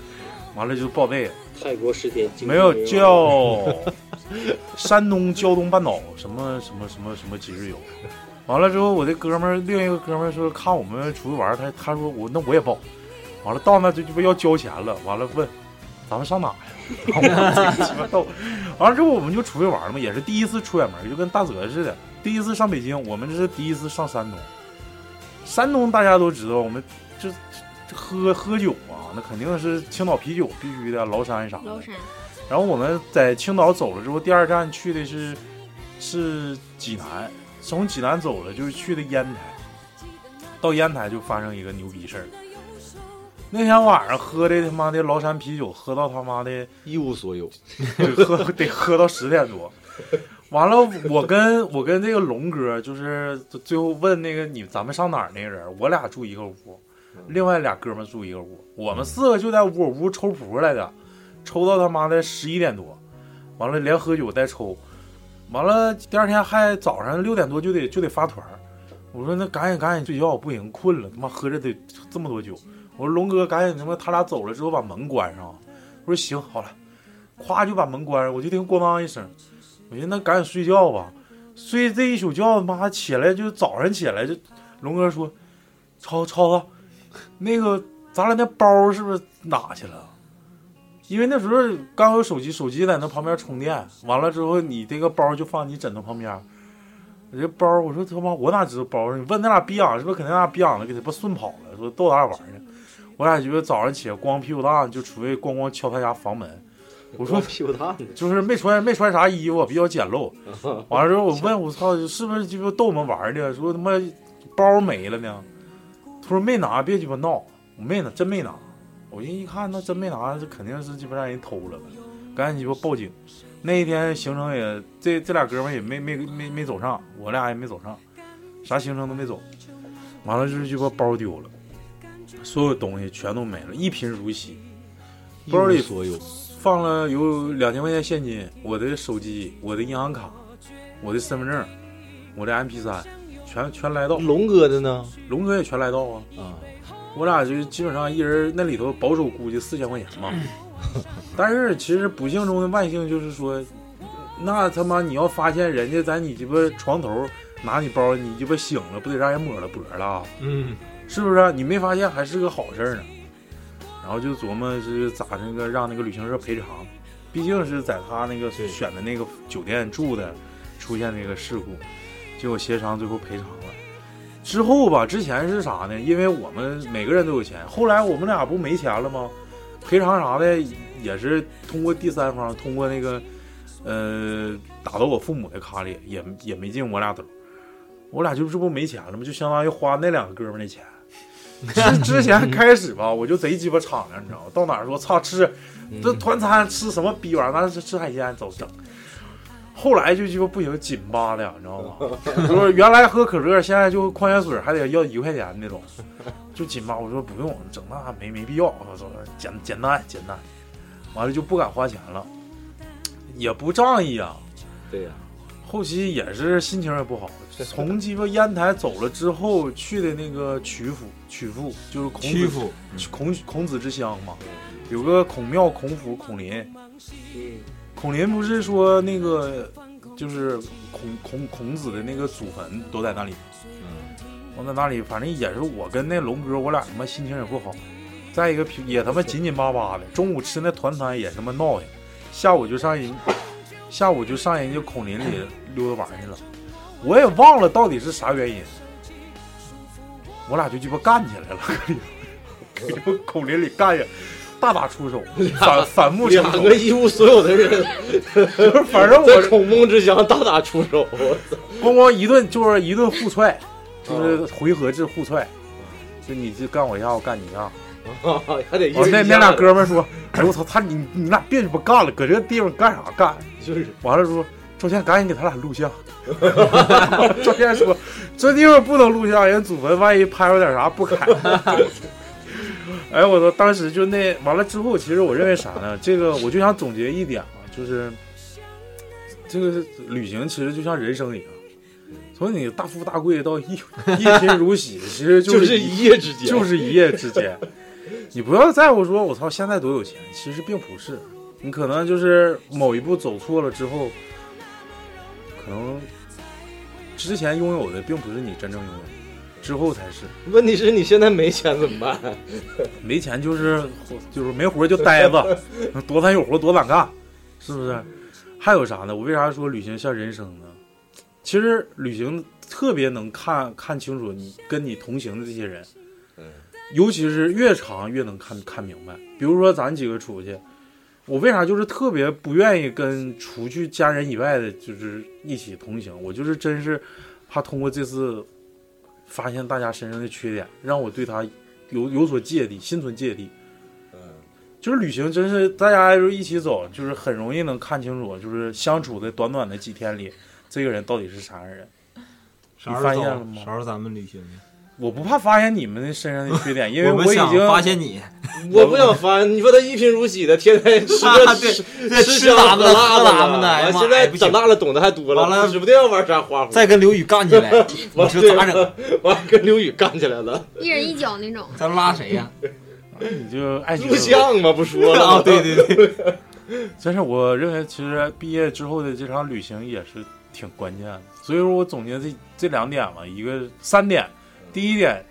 完了就报备了。
泰国十天经历
没有
没
叫山东胶东半岛什么什么什么什么几日游。完了之后，我这哥们儿另一个哥们儿说看我们出去玩儿，他他说我那我也报。完了到那就鸡巴要交钱了，完了问咱们上哪呀？ (laughs) 完了鸡巴逗。完了之后我们就出去玩儿嘛，也是第一次出远门儿，就跟大泽似的，第一次上北京，我们这是第一次上山东。山东大家都知道，我们这这这喝喝酒啊，那肯定是青岛啤酒必须的，崂山啥的。
崂山，
然后我们在青岛走了之后，第二站去的是是济南，从济南走了就是去的烟台，到烟台就发生一个牛逼事儿。那天晚上喝的他妈的崂山啤酒，喝到他妈的
一无所有，
得喝得喝到十点多。完了，我跟我跟这个龙哥，就是最后问那个你咱们上哪儿那个人，我俩住一个屋，另外俩哥们住一个屋，我们四个就在我屋抽扑来的，抽到他妈的十一点多，完了连喝酒带抽，完了第二天还早上六点多就得就得发团儿我说那赶紧赶紧睡觉，不行困了，他妈喝着得这么多酒。我说龙哥赶紧他妈他俩走了之后把门关上。啊我说行好了，咵就把门关上，我就听咣当一声，我寻思那赶紧睡觉吧，睡这一宿觉，妈起来就早上起来就，龙哥说，超超子，那个咱俩那包是不是哪去了？啊因为那时候刚有手机，手机在那旁边充电，完了之后你这个包就放你枕头旁边。我这包，我说他妈，我哪知道包？你问那俩逼养是不是肯定那俩逼养的给他不顺跑了？说逗咱俩玩呢。我俩就早上起来光屁股蛋就出去咣咣敲他家房门。我说
屁股蛋
就是没穿没穿啥衣服，比较简陋。 (laughs) 完了之后我问我操，是不是鸡巴逗我们玩儿的？说他妈包没了呢？他说没拿，别鸡巴闹，我没拿，真没拿。我寻思一看，那真没拿，这肯定是鸡巴让人偷了呗，赶紧鸡巴报警。那一天行程也，这这俩哥们儿也没没没没走上，我俩也没走上，啥行程都没走。完了就是鸡巴包丢了，所有东西全都没了，一贫如洗。包里
一无所有
放了有两千块钱现金，我的手机、我的银行卡、我的身份证、我的 MP 3全全来到。
龙哥的呢？
龙哥也全来到啊。
啊，
我俩就基本上一人那里头保守估计四千块钱吧。但是其实不幸中的万幸就是说，那他妈你要发现人家在你鸡巴床头拿你包，你鸡巴醒了不得让人抹了脖了？啊
嗯，
是不是啊、你没发现还是个好事儿呢？然后就琢磨是咋那个让那个旅行社赔偿，毕竟是在他那个选的那个酒店住的，出现那个事故，结果协商最后赔偿了。之后吧，之前是啥呢？因为我们每个人都有钱，后来我们俩不没钱了吗？赔偿啥的也是通过第三方，通过那个呃打到我父母的卡里，也也没进我俩兜儿。我俩就是不没钱了吗？就相当于花那两个哥们儿的钱。 (laughs) 之之前开始吧，我就贼鸡巴敞亮，你知道吗？到哪儿说操吃，
嗯
这团餐吃什么逼玩意儿？咱吃吃海鲜，走整。后来就鸡巴不行，紧巴的，你知道
(laughs)
吗？就是原来喝可乐，现在就矿泉水还得要一块钱那种，就紧巴。我说不用，整那没没必要，我说简简单简单。完了就不敢花钱了，也不仗义啊。
对呀、
后期也是心情也不
(laughs)
好，从鸡巴烟台走了之后去的那个曲阜，曲阜就是孔
曲
子
阜
孔孔子之乡嘛，有个孔庙、孔府、孔林。孔林不是说那个就是孔孔孔子的那个祖坟都在那里吗？我在那里，反正也是我跟那龙哥，我俩他妈心情也不好。再一个脾也他妈紧紧巴巴的，中午吃那团餐也他妈闹腾，下午就上人，下午就上人家孔林里溜达玩去了。我也忘了到底是啥原因，我俩就鸡巴干起来了， (laughs) 给这个孔林里干下，大打出手，反反目成
两
仇。
个一无所有的人，
(laughs) 反
(laughs)
正
我孔孟之乡大打出手，我操！啊
咣咣一顿就是一顿互踹，就是回合制互踹，就你这干我一下，我干你一下。
还得一
我
人
哦那
一
那
下
俩哥们儿说：“哎呦我操，他你你俩别鸡巴干了，搁这个地方干啥干？”
就是
完了说：“赵倩，赶紧给他俩录像。” (laughs) 赵倩说：“这地方不能录像，人祖坟万一拍出点啥不堪。” (laughs) 哎，我操！当时就那完了之后，其实我认为啥呢？这个我就想总结一点嘛，就是这个旅行其实就像人生一样，从你大富大贵到一 (laughs) 一贫如洗，其实
就是一夜之间
就是一夜之间。你不要在乎说我操现在多有钱，其实并不是，你可能就是某一步走错了之后，可能之前拥有的并不是你真正拥有的，之后才是。
问题是你现在没钱怎么办？
没钱就是就是没活就呆着， (laughs) 多咱有活多咱干，是不是？还有啥呢？我为啥说旅行像人生呢？其实旅行特别能看看清楚你跟你同行的这些人，尤其是越长越能看看明白。比如说咱几个出去，我为啥就是特别不愿意跟除去家人以外的，就是一起同行？我就是真是怕通过这次发现大家身上的缺点，让我对他有有所芥蒂，心存芥蒂。
嗯
就是旅行，真是大家就一起走，就是很容易能看清楚，就是相处的短短的几天里，这个人到底是啥样人。
啥时
你
候
发
啊
现
走
了吗？
啥时候咱们旅行去？
我不怕发现你们身上的缺点，因为
我们
已
想
经
发现你，
(laughs) 我不想烦你说他一贫如洗的，天天
(laughs)
吃
啊
个
对对
吃
吃
香
咱
喝
们的
辣
喝咱们的哎呀
完
妈
现
哎
在
不行
长大了懂得还多
完了
指不定要玩啥花活。，
再跟刘宇干起来
(laughs) 完
你说咋
对
整？
完了跟刘宇干起来了，
一人一脚那种。
咱拉谁
(laughs)
呀？
哎你就爱情
录像嘛，不说
(laughs)
了
啊对对
对，
(laughs) 但是我认为，其实毕业之后的这场旅行也是挺关键的。所以说我总结这这两点吧，一个三点。第一点，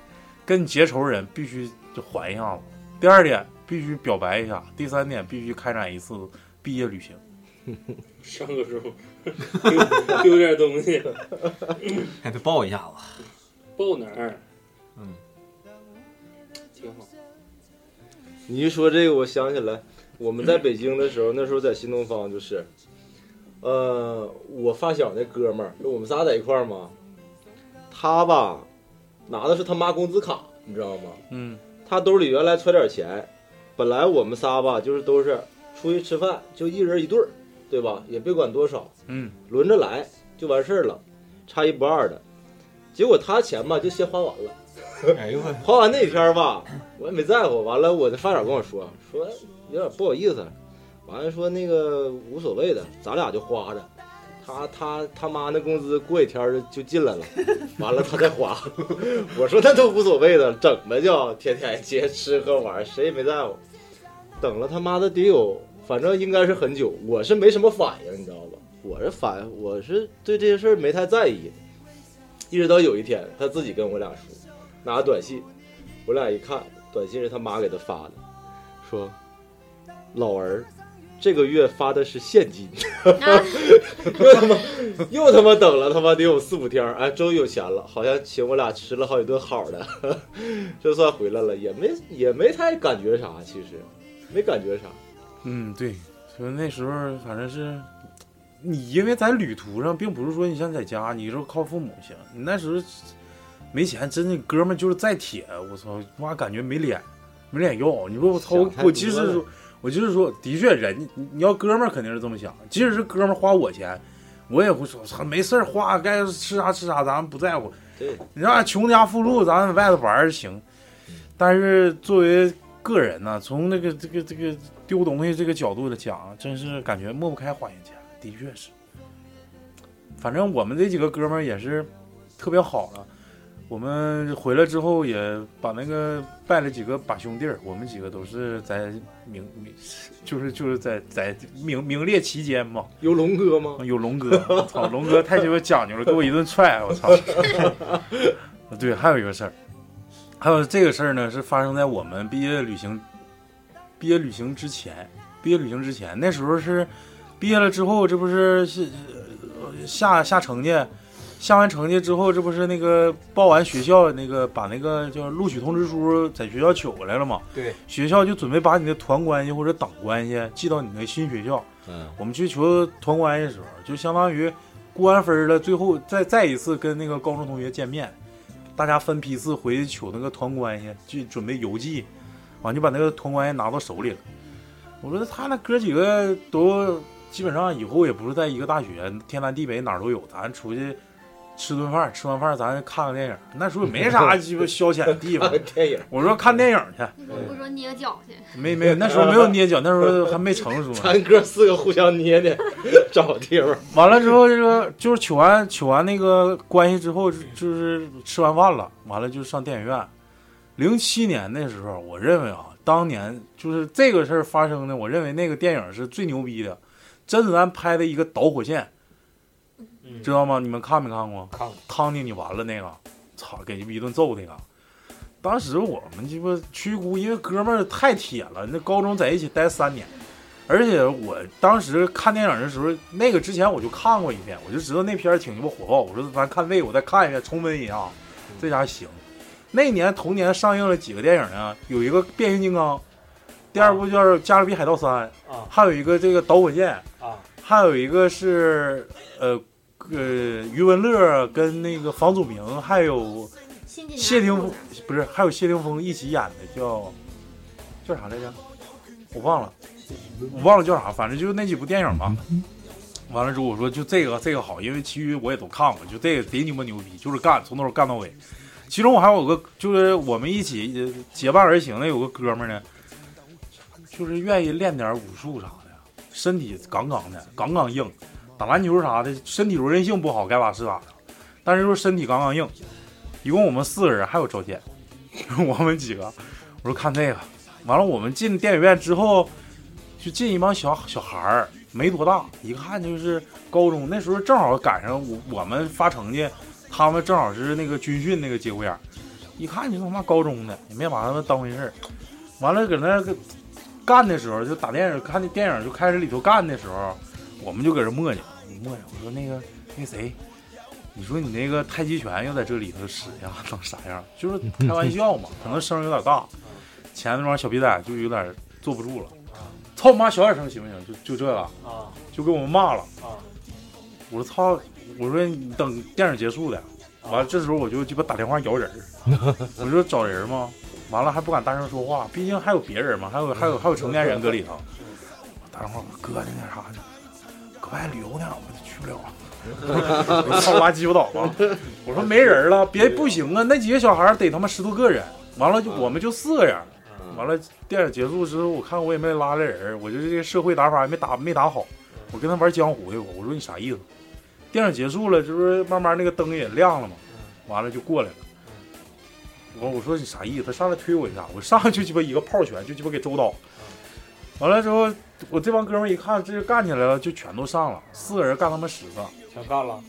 跟你结仇人必须就还一下子；第二点，必须表白一下；第三点，必须开展一次毕业旅
(laughs)
行。
(laughs) 上个时候丢丢点东西， (laughs)
还得哎抱一下子。
抱哪儿？
嗯，
挺好。
你一说这个，我想起来，我们在北京的时候，那时候在新东方就是，呃，我发小那哥们儿，就我们仨在一块儿嘛，他吧拿的是他妈工资卡，你知道吗？
嗯，
他兜里原来揣点钱，本来我们仨吧就是都是出去吃饭，就一人一对儿，对吧？也别管多少，
嗯，
轮着来就完事儿了，差一不二的。结果他钱吧就先花完了，
哎呦我，
花完那天儿吧，我也没在乎。完了，我的发小跟我说，说有点不好意思，完了说那个无所谓的，咱俩就花着。他他他妈那工资过几天儿就进来了， (laughs) 完了他再花。 (laughs) 我说那都无所谓的，整吧就天天节吃喝玩，谁也没在乎。等了他妈的得有，反正应该是很久。我是没什么反应，你知道吧？我是反，我是对这些事儿没太在意。一直到有一天，他自己跟我俩说，拿短信，我俩一看，短信是他妈给他发的，说：“老儿，这个月发的是现金， (laughs) 又他妈又他妈等了他妈得有四五天儿，哎，终于有钱了，好像请我俩吃了好几顿好的， (laughs) 这算回来了，也没也没太感觉啥，其实没感觉啥，
嗯，对，所以那时候反正是你，因为在旅途上，并不是说你像在家，你说靠父母行，你那时候没钱，真的哥们儿就是再铁，我操，妈感觉没脸，没脸要。你说我操，
想
我
太多
我即使
了
说，我就是说，的确人，你你要哥们儿肯定是这么想，即使是哥们儿花我钱，我也会说，操，没事儿花，该吃啥吃啥，咱们不在乎。
对，
你让穷家富路，咱们外头玩儿行。但是作为个人呢、从那个这个这个丢东西这个角度来讲，真是感觉抹不开花眼钱，的确是。反正我们这几个哥们儿也是特别好了，我们回来之后也把那个拜了几个把兄弟儿，我们几个都是在名名， (laughs) 就是就是在在名名列其间嘛。
有龙哥吗？
(laughs) 有龙哥，我操，龙哥太鸡巴讲究了，给我一顿踹，我操！ (laughs) 对，还有一个事儿，还有这个事儿呢，是发生在我们毕业旅行，毕业旅行之前，毕业旅行之前，那时候是毕业了之后，这不是是呃下下成绩，下完成绩之后，这不是那个报完学校那个把那个叫录取通知书在学校取回来了嘛？
对，
学校就准备把你的团关系或者党关系寄到你的新学校。
嗯，
我们去求团关系的时候，就相当于过完分儿了，最后再再一次跟那个高中同学见面，大家分批次回去取那个团关系，去准备邮寄，完就把那个团关系拿到手里了。我说他那哥几个都基本上以后也不是在一个大学，天南地北哪儿都有，咱出去吃顿饭，吃完饭咱看个电影。那时候也没啥鸡巴消遣的地
(laughs)
方，电影。我说看电影去，
不说捏脚去，
没没有，那时候没有捏脚，那时候还没成熟。
咱哥四个互相捏捏， (laughs) 找地方。
完了之后，这个就是取完取完那个关系之后，就是吃完饭了，完了就上电影院。零七年那时候，我认为啊，当年就是这个事儿发生的，我认为那个电影是最牛逼的，甄子丹拍的一个导火线，知道吗？你们看没看过？
嗯看过。
汤尼你完了那个，操，给鸡巴一顿揍那个。当时我们鸡巴屈姑，因为哥们儿太铁了，那高中在一起待三年，而且我当时看电影的时候，那个之前我就看过一遍，我就知道那片儿挺鸡巴火爆。我说咱看这个，我再看一遍，重温一下，啊这家行。那年同年上映了几个电影呢？有一个《变形金刚》，第二部就是《加勒比海盗三》，还有一个这个《导火线》，还有一个是呃呃余文乐跟那个房祖名，还有谢霆锋不是，还有谢霆锋一起演的叫叫啥来着？我忘了，我忘了叫啥，反正就是那几部电影吧。完了之后我说就这个这个好，因为其余我也都看过，就这个贼鸡巴牛逼，就是干从头干到尾。其中我还有个就是我们一起呃结伴而行的有个哥们儿呢，就是愿意练点武术啥的，身体杠杠的，杠杠硬。打篮球啥的，身体柔韧性不好，该咋是咋的。但是说身体杠杠硬，一共我们四个人，还有赵天， (laughs) 我们几个。我说看这个，完了我们进电影院之后，就进一帮小小孩儿，没多大，一看就是高中。那时候正好赶上我我们发成绩，他们正好是那个军训那个节骨眼儿，一看就他妈高中的，也没把他们当回事儿。完了搁那个干的时候，就打电影看的电影就开始里头干的时候，我们就搁这磨叽磨叽。我说那个那谁，你说你那个太极拳要在这里头使呀，能啥样？就是开玩笑嘛，可能声儿有点大，前那帮小逼崽就有点坐不住了，操你妈小点声行不行？就就这个，
啊
就给我们骂了。我说操，我说你等电影结束的，完了这时候我就鸡巴打电话摇人儿，我说找人吗？完了还不敢大声说话，毕竟还有别人嘛，还有还有还有成年人搁里头。打电话我哥那那啥呢？搁外旅游呢，我们去不了。我操拉鸡巴倒吧！我说没人了，别不行啊！那几个小孩儿得他妈十多个人，完了就我们就四个人。完了电影结束之后，我看我也没拉来人儿，我就这个社会打法还没打没打好，我跟他玩江湖去吧。我说你啥意思？电影结束了，这不是慢慢那个灯也亮了嘛？完了就过来了。我我说你啥意思？他上来推我一下，我上去就鸡巴一个炮拳，就鸡巴给周倒。完了之后，我这帮哥们儿一看，这干起来了，就全都上了，四个人干他妈十个。
全干了，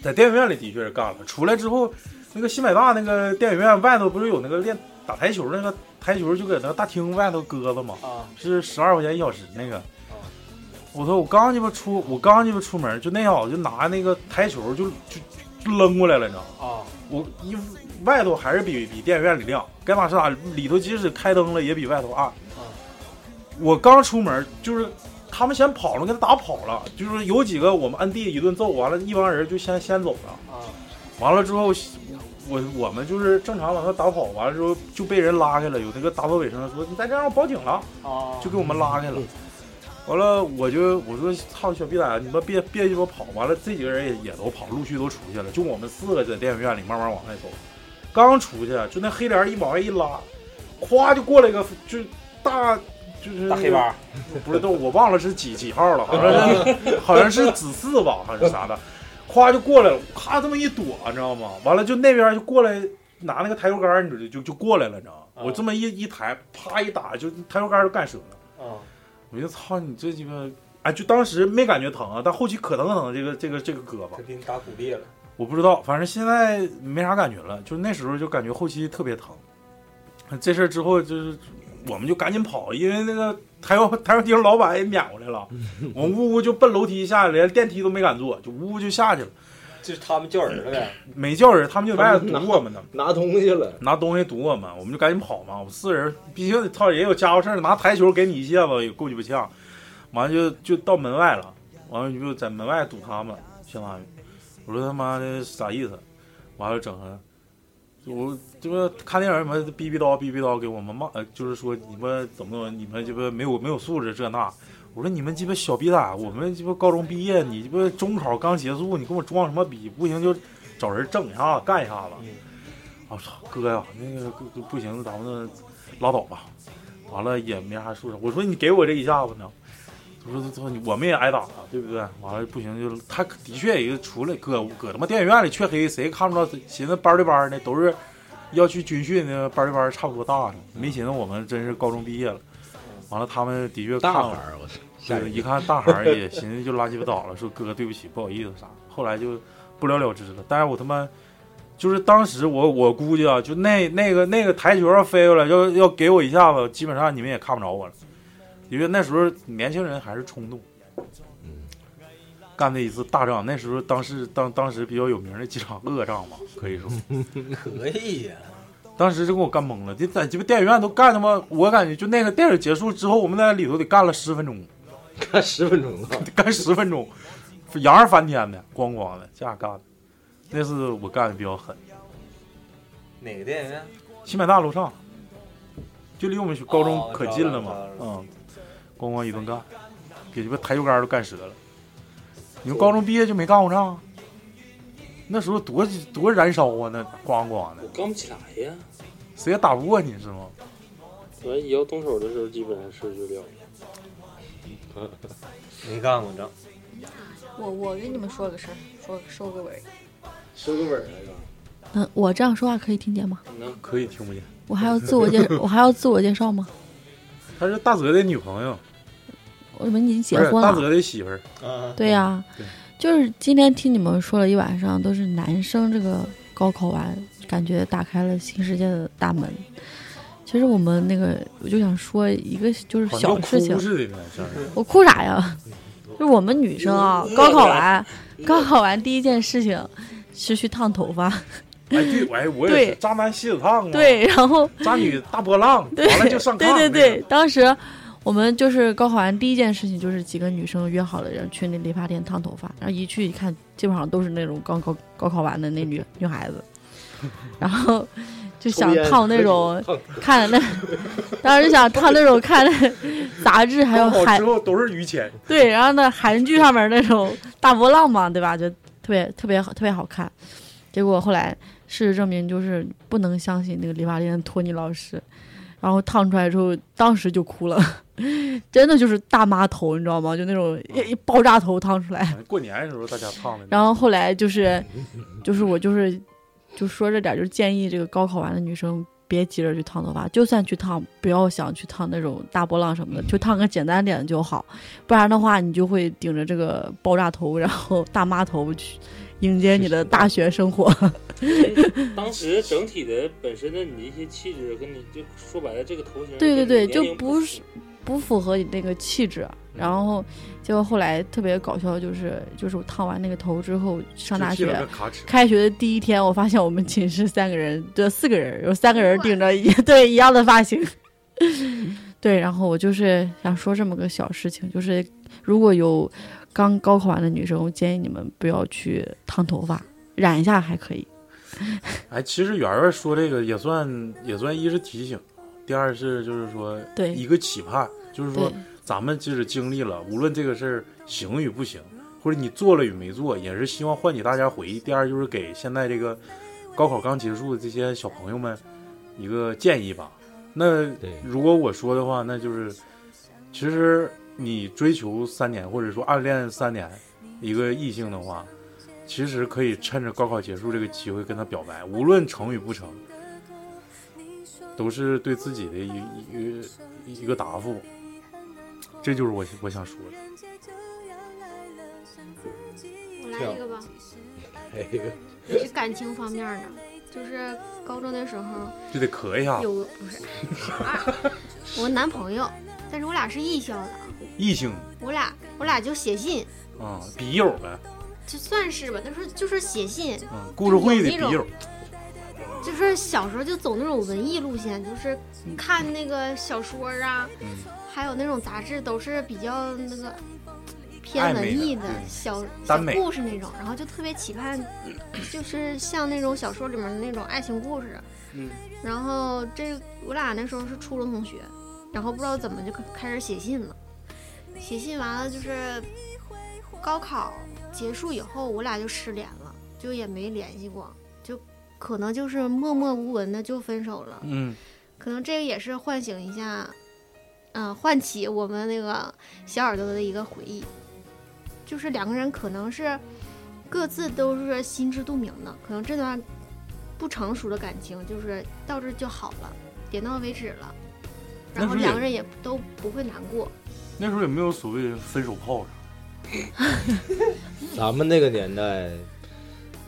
在电影院里的确是干了。出来之后，那个新百大那个电影院外头不是有那个练打台球那个台球，就搁那个大厅外头搁着嘛，
啊
是十二块钱一小时那个。我说我刚鸡巴出，我刚鸡巴出门，就那小子就拿那个台球就就就扔过来了，你知道吗？
哦
啊，
我一外头还是比比电影院里亮，该咋是咋，里头即使开灯了也比外头暗。我刚出门就是他们先跑了，给他打跑了，就是有几个我们摁地一顿揍，完了，一帮人就先先走了。完了之后，我我们就是正常把他打跑，完了之后就被人拉开了，有那个打扫卫生的说你再这样我报警了，就给我们拉开了。完了，我就我说操小逼崽，你们别别鸡巴跑！完了，这几个人也也都跑，陆续都出去了，就我们四个在电影院里慢慢往外走。刚出去，就那黑帘儿一往外一拉，咵就过来一个就大就是、那
大
个、
黑包，
不是都我忘了是几几号了，好
啊
像是好像是子嗣吧，还是啥的，咵就过来了，咔这么一躲，你知道吗？完了就那边就过来拿那个抬油杆儿，你知道就就过来了，你知道吗？我这么一一抬，啪一打，就抬油杆儿就干折了。
啊，
我就操你这鸡巴！哎，就当时没感觉疼啊，但后期可疼可疼，这个这个这个胳膊
这给你打骨裂了。
我不知道，反正现在没啥感觉了，就那时候就感觉后期特别疼。这事儿之后就是，我们就赶紧跑，因为那个台湾台湾地方老板也撵过来了，我们呜呜就奔楼梯下来，连电梯都没敢坐，就呜呜就下去了。
就是他们叫人了呗。
没叫人，他们就外头堵我们呢，
拿东西了，
拿东西堵我们，我们就赶紧跑嘛。我们四人，毕竟操也有家伙事儿，拿台球给你一下子也够鸡巴呛。完了就就到门外了，完了就在门外堵他们，相当于我说他妈的啥意思？完了整上，我这不看电影什么逼逼叨逼逼叨给我们骂，呃就是说你们怎么怎么你们这不没有没有素质这那。我说你们鸡巴小逼崽，我们鸡巴高中毕业，你鸡巴中考刚结束，你跟我装什么逼？不行就找人整一下子，干一下子。我操，哥呀、那个不不行，咱们拉倒吧。完了也没啥说啥，我说你给我这一下子呢，我说操，你我们也挨打了，对不对？完了不行就他的确也出来，搁搁他妈电影院里黢黑，谁看不着？寻思班儿对班儿的都是要去军训的，班儿对班儿差不多大的，没寻思我们真是高中毕业了。完了，他们的确
大
看
孩
了
儿我操吓
对，
人
一看大孩儿也寻思就拉鸡巴倒了，说哥对不起，不好意思啥。后来就不了了之了。但是我他妈就是当时我我估计啊，就那那个那个台球要飞过来，要要给我一下子，基本上你们也看不着我了，因为那时候年轻人还是冲动。干的一次大仗，那时候当时当当时比较有名的几场恶仗吧，可以说。
可以呀、
当时就给我干懵了，这在鸡巴电影院都干他妈，我感觉就那个电影结束之后，我们在里头得干了十分钟，干十分钟啊， (laughs) 干十分钟，洋二翻天的，咣咣的，这样干的，那是我干的比较狠。
哪个电影院？
新百大楼上，就离我们学高中
哦
嗯可近了嘛
知道了，知道了
嗯，咣咣一顿干，给鸡巴台球杆都干折了。你们高中毕业就没干过仗？那时候多多燃烧啊，那咣咣的，
我干不起来呀。
谁也打不过你是吗？
完以后动手的时候，基本上事儿就了了。
没干过仗，
我我跟你们说个事儿，说收个尾。
收个尾来着。
嗯，我这样说话可以听见吗？
能
可以听不见。
我还要自
(laughs)
我介，我还要自我介绍吗？
她是大泽的女朋友，
我们已经结
不是
婚
大泽
了。
的媳妇儿。
对呀、就是今天听你们说了一晚上，都是男生这个高考完，感觉打开了新世界的大门。其实我们那个，我就想说一个就是
好像
小事情
哭，似的呢，像是
我哭啥呀？就是我们女生啊，高考完，高考完第一件事情是去烫头发。
哎，对，哎，我也是
对
渣男吸子烫啊，
对然后
渣女大波浪，完了就上炕，
(laughs) 对对对，当时我们就是高考完第一件事情就是几个女生约好了人去那理发店烫头发，然后一去一看，基本上都是那种刚高高考完的那
(laughs)
女女孩子，然后就想烫那种
抽烟喝酒
看那，当时想烫那种看那杂志还有
高考
韩
之后都是于谦，
(laughs) 对，然后呢，韩剧上面那种大波浪嘛，对吧？就特别特别好，特别好看。结果后来事实证明，就是不能相信那个理发店的托尼老师，然后烫出来之后，当时就哭了， (laughs) 真的就是大妈头，你知道吗？就那种一一爆炸头烫出来。
过年的时候大家烫的，
然后后来就是，
嗯
就是我就是就说这点儿，就是建议这个高考完的女生别急着去烫头发，就算去烫，不要想去烫那种大波浪什么的，就烫个简单点就好，不然的话你就会顶着这个爆炸头，然后大妈头去迎接你的大学生活。
当时整体的本身的你一些气质，跟你就说白了这个头型，
对对对，
跟你年龄
就不是不符合你那个气质。然后，结果后来特别搞笑，就是就是我烫完那个头之后，上
就
大
剃了
学
个卡尺
开学的第一天，我发现我们寝室三个人，对，四个人有三个人顶着一 (laughs) 对一样的发型。 (laughs) 对，然后我就是想说这么个小事情，就是如果有刚高考完的女生，我建议你们不要去烫头发，染一下还可以。
(laughs) 哎，其实圆圆说这个也算也算一是提醒，第二是就是说
对
一个期盼，就是说
对
咱们即使经历了，无论这个事儿行与不行，或者你做了与没做，也是希望唤起大家回忆。第二就是给现在这个高考刚结束的这些小朋友们一个建议吧。那如果我说的话，那就是其实你追求三年，或者说暗恋三年一个异性的话，其实可以趁着高考结束这个机会跟他表白，无论成与不成，都是对自己的一一一一个答复。这就是我我想说的。
我来一个吧，
哎呀， (laughs)
也是感情方面的，就是高中的时候，
就得咳一下
有不是二，我男朋友，但是我俩是艺校的，啊，
(laughs) 异性
我俩我俩就写信，
啊，笔友呗，
就算是吧，那时候就是写信，
嗯，故事会的
有那
笔友
种，就是小时候就走那种文艺路线，就是看那个小说啊，
嗯
还有那种杂志都是比较那个偏文
嗯
艺的
暧昧的对
小小
耽美
故事那种，然后就特别期盼，就是像那种小说里面的那种爱情故事。
嗯，
然后这我俩那时候是初中同学，然后不知道怎么就开始写信了。写信完了就是高考结束以后，我俩就失联了，就就也没联系过，就可能就是默默无闻的就分手了。
(laughs)
嗯，
可能这个也是唤醒一下，嗯、唤起我们那个小耳朵的一个回忆，就是两个人可能是各自都是心知肚明的，可能这段不成熟的感情就是到这就好了，点到为止了，然后
那是也
两个人也都不会难过。
那时候也没有所谓的分手炮啥。
(laughs) 咱们那个年代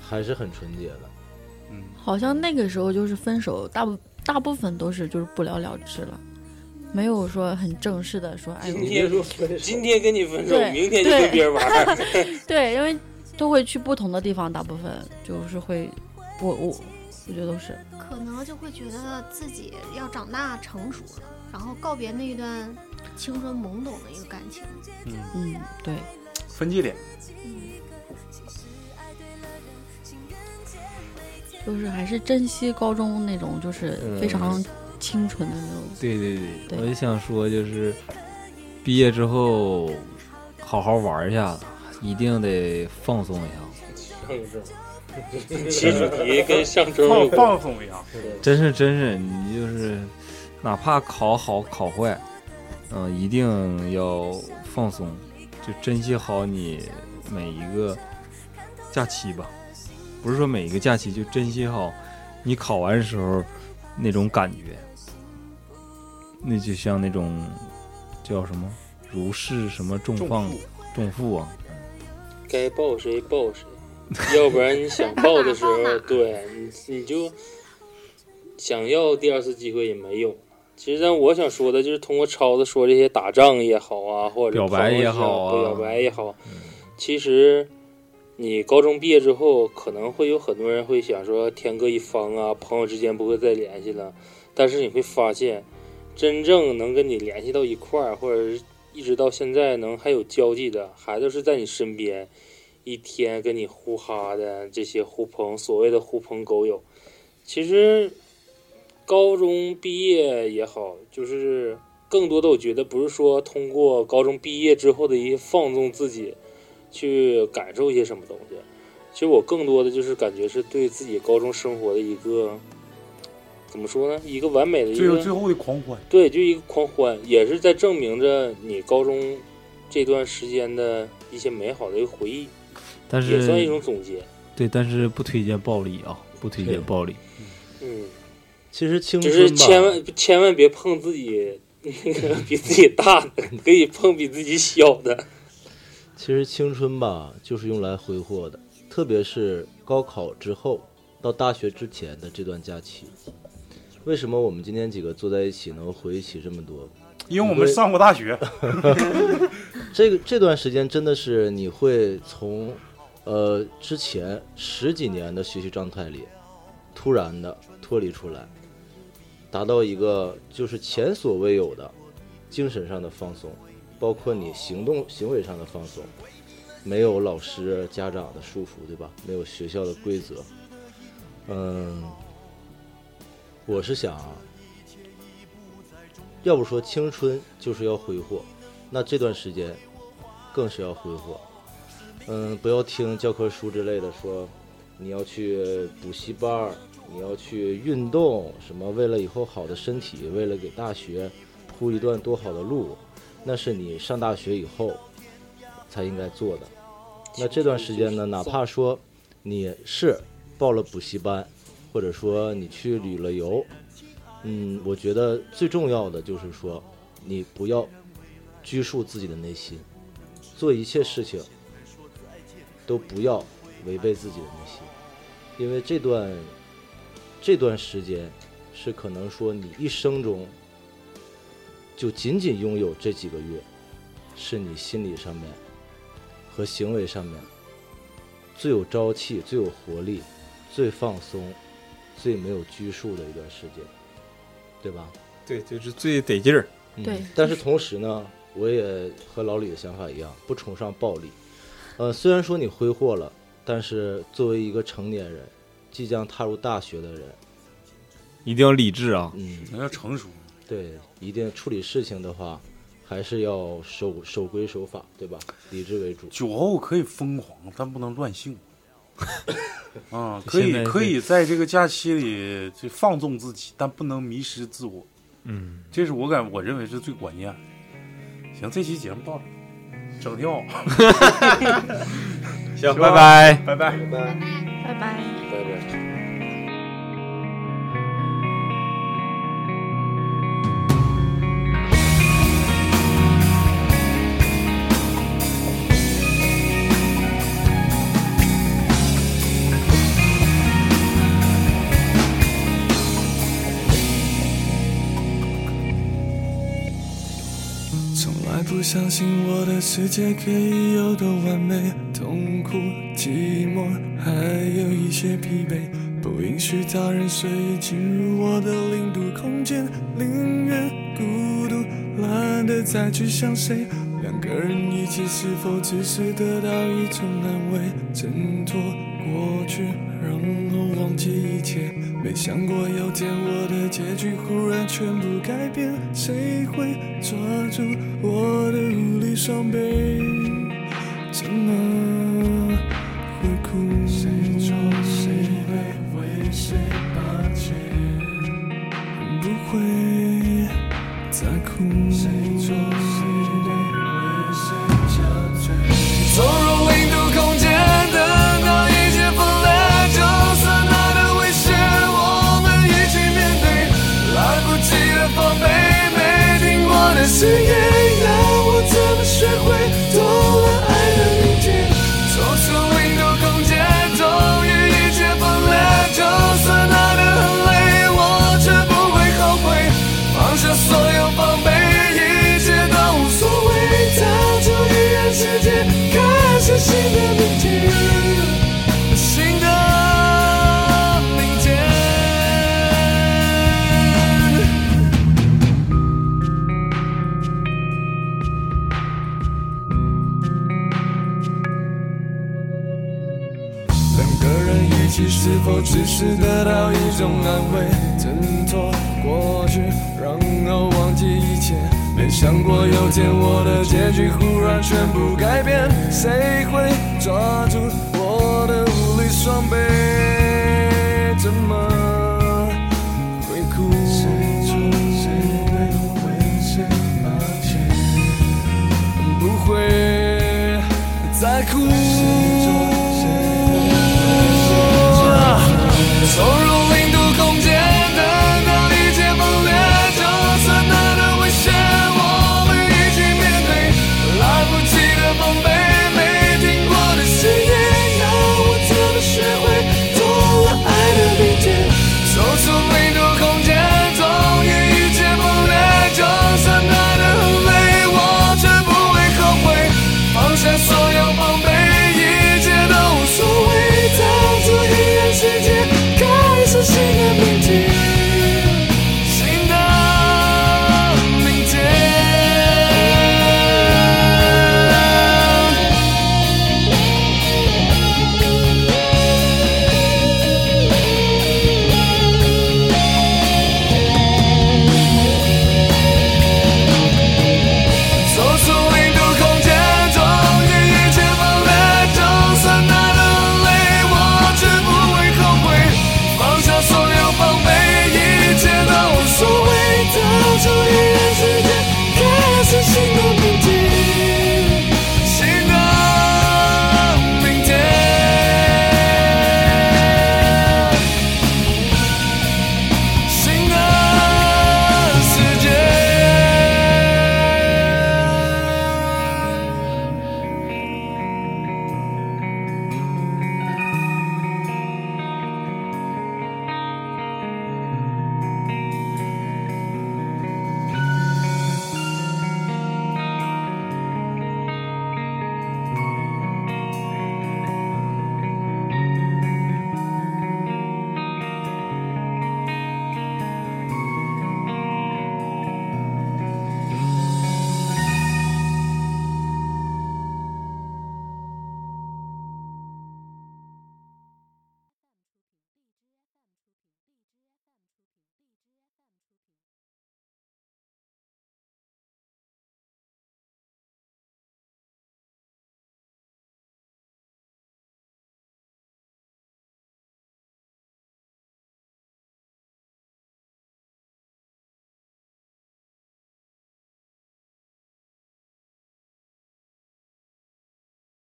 还是很纯洁的。
嗯
好像那个时候就是分手，大部大部分都是就是不了了之了，没有说很正式的说哎，
今
我
天今天跟你分手，
对
明天就跟别人玩
(laughs)
儿。 (laughs)
对，因为都会去不同的地方，大部分就是会，我我我觉得都是，
可能就会觉得自己要长大成熟了，然后告别那一段青春懵懂的一个感情。
嗯
嗯，对，
分界点。
嗯
就是还是珍惜高中那种就是
嗯
非常清纯的那种。
对对对，
对
我就想说，就是毕业之后好好玩一下子，一定得放松一下。
其主题跟上周有关
放放松一下。
真是真是，你就是哪怕考好考坏，嗯、一定要放松，就珍惜好你每一个假期吧。不是说每一个假期，就珍惜好你考完的时候那种感觉。那就像那种叫什么如释什么重放重负啊，
该抱谁抱谁，要不然你想抱的时候，对你你就想要第二次机会也没有。其实，但我想说的就是，通过超子说这些打仗也好啊，或者
表白也
朋友
好啊嗯
之间表白也好，其实你高中毕业之后，可能会有很多人会想说天各一方啊，朋友之间不会再联系了。但是你会发现，真正能跟你联系到一块儿，或者是一直到现在能还有交际的，还都是在你身边，一天跟你呼哈的这些狐朋，所谓的狐朋狗友，其实高中毕业也好，就是更多的我觉得不是说通过高中毕业之后的一些放纵自己，去感受一些什么东西。其实我更多的就是感觉是对自己高中生活的一个怎么说呢？一个完美的一
最
个
后最后的狂欢，
对，就一个狂欢，也是在证明着你高中这段时间的一些美好的一个回忆，
但是
也算一种总结。
对，但是不推荐暴力啊，不推荐暴力。
嗯，
其实青
就
春
是
吧，
千万千万别碰自己那个比自己大的，可以碰比自己小的。
其实青春吧，就是用来挥霍的，特别是高考之后到大学之前的这段假期。为什么我们今天几个坐在一起能回忆起这么多？
因为我们上过大学。
这个这段时间真的是你会从，呃，之前十几年的学习状态里，突然的脱离出来，达到一个就是前所未有的精神上的放松，包括你行动行为上的放松，没有老师家长的束缚，对吧？没有学校的规则，嗯，我是想啊，要不说青春就是要挥霍，那这段时间更是要挥霍。嗯，不要听教科书之类的说，你要去补习班儿，你要去运动，什么为了以后好的身体，为了给大学铺一段多好的路，那是你上大学以后才应该做的。那这段时间呢，哪怕说你是报了补习班，或者说你去旅了游，嗯，我觉得最重要的就是说，你不要拘束自己的内心，做一切事情都不要违背自己的内心，因为这段这段时间是可能说你一生中就仅仅拥有这几个月，是你心理上面和行为上面最有朝气、最有活力、最放松、最没有拘束的一段时间，对吧？嗯
对，就是最得劲儿。
对
但是同时呢，我也和老李的想法一样，不崇尚暴力。呃，虽然说你挥霍了，但是作为一个成年人，即将踏入大学的人，
一定要理智啊！
嗯，
要成熟。
对，一定处理事情的话，还是要守守规守法，对吧？理智为主。
酒后可以疯狂，但不能乱性。 (laughs) 啊，
就
可
现在
以
是
可以在这个假期里就放纵自己，但不能迷失自我。
嗯，
这是我感我认为是最关键。行，这期节目到这，整跳。 (laughs)
行
吧
拜拜
拜拜，拜
拜。
拜拜。
拜拜。
从来不相信我的世界可以有多完美，痛苦、寂寞，还有一些疲惫。不允许他人随意进入我的零度空间，宁愿孤独，懒得再去想谁。两个人一起是否只是得到一种安慰？挣脱过去，然后忘记一切。没想过有天我的结局忽然全部改变，谁会抓住我的无力双臂？怎么会哭？谁错谁对，为谁把切？不会再哭。谁错谁对，为谁憔悴？
走入零度空间，等到一切分裂，就算那的危险，我们一起面对。来不及的防备，没听过的誓言，要我怎么学会懂了爱的理解？走出零度空间，终于一切分裂，就算那的很累，我却不会后悔。放下所有防备，一切都无所谓，造就一人世界，开始新的明天，新的明天。
两个人一起是否只是得到一种安慰？挣脱过去，然后忘记一切。没想过有天我的结局忽然全部改变，谁会抓住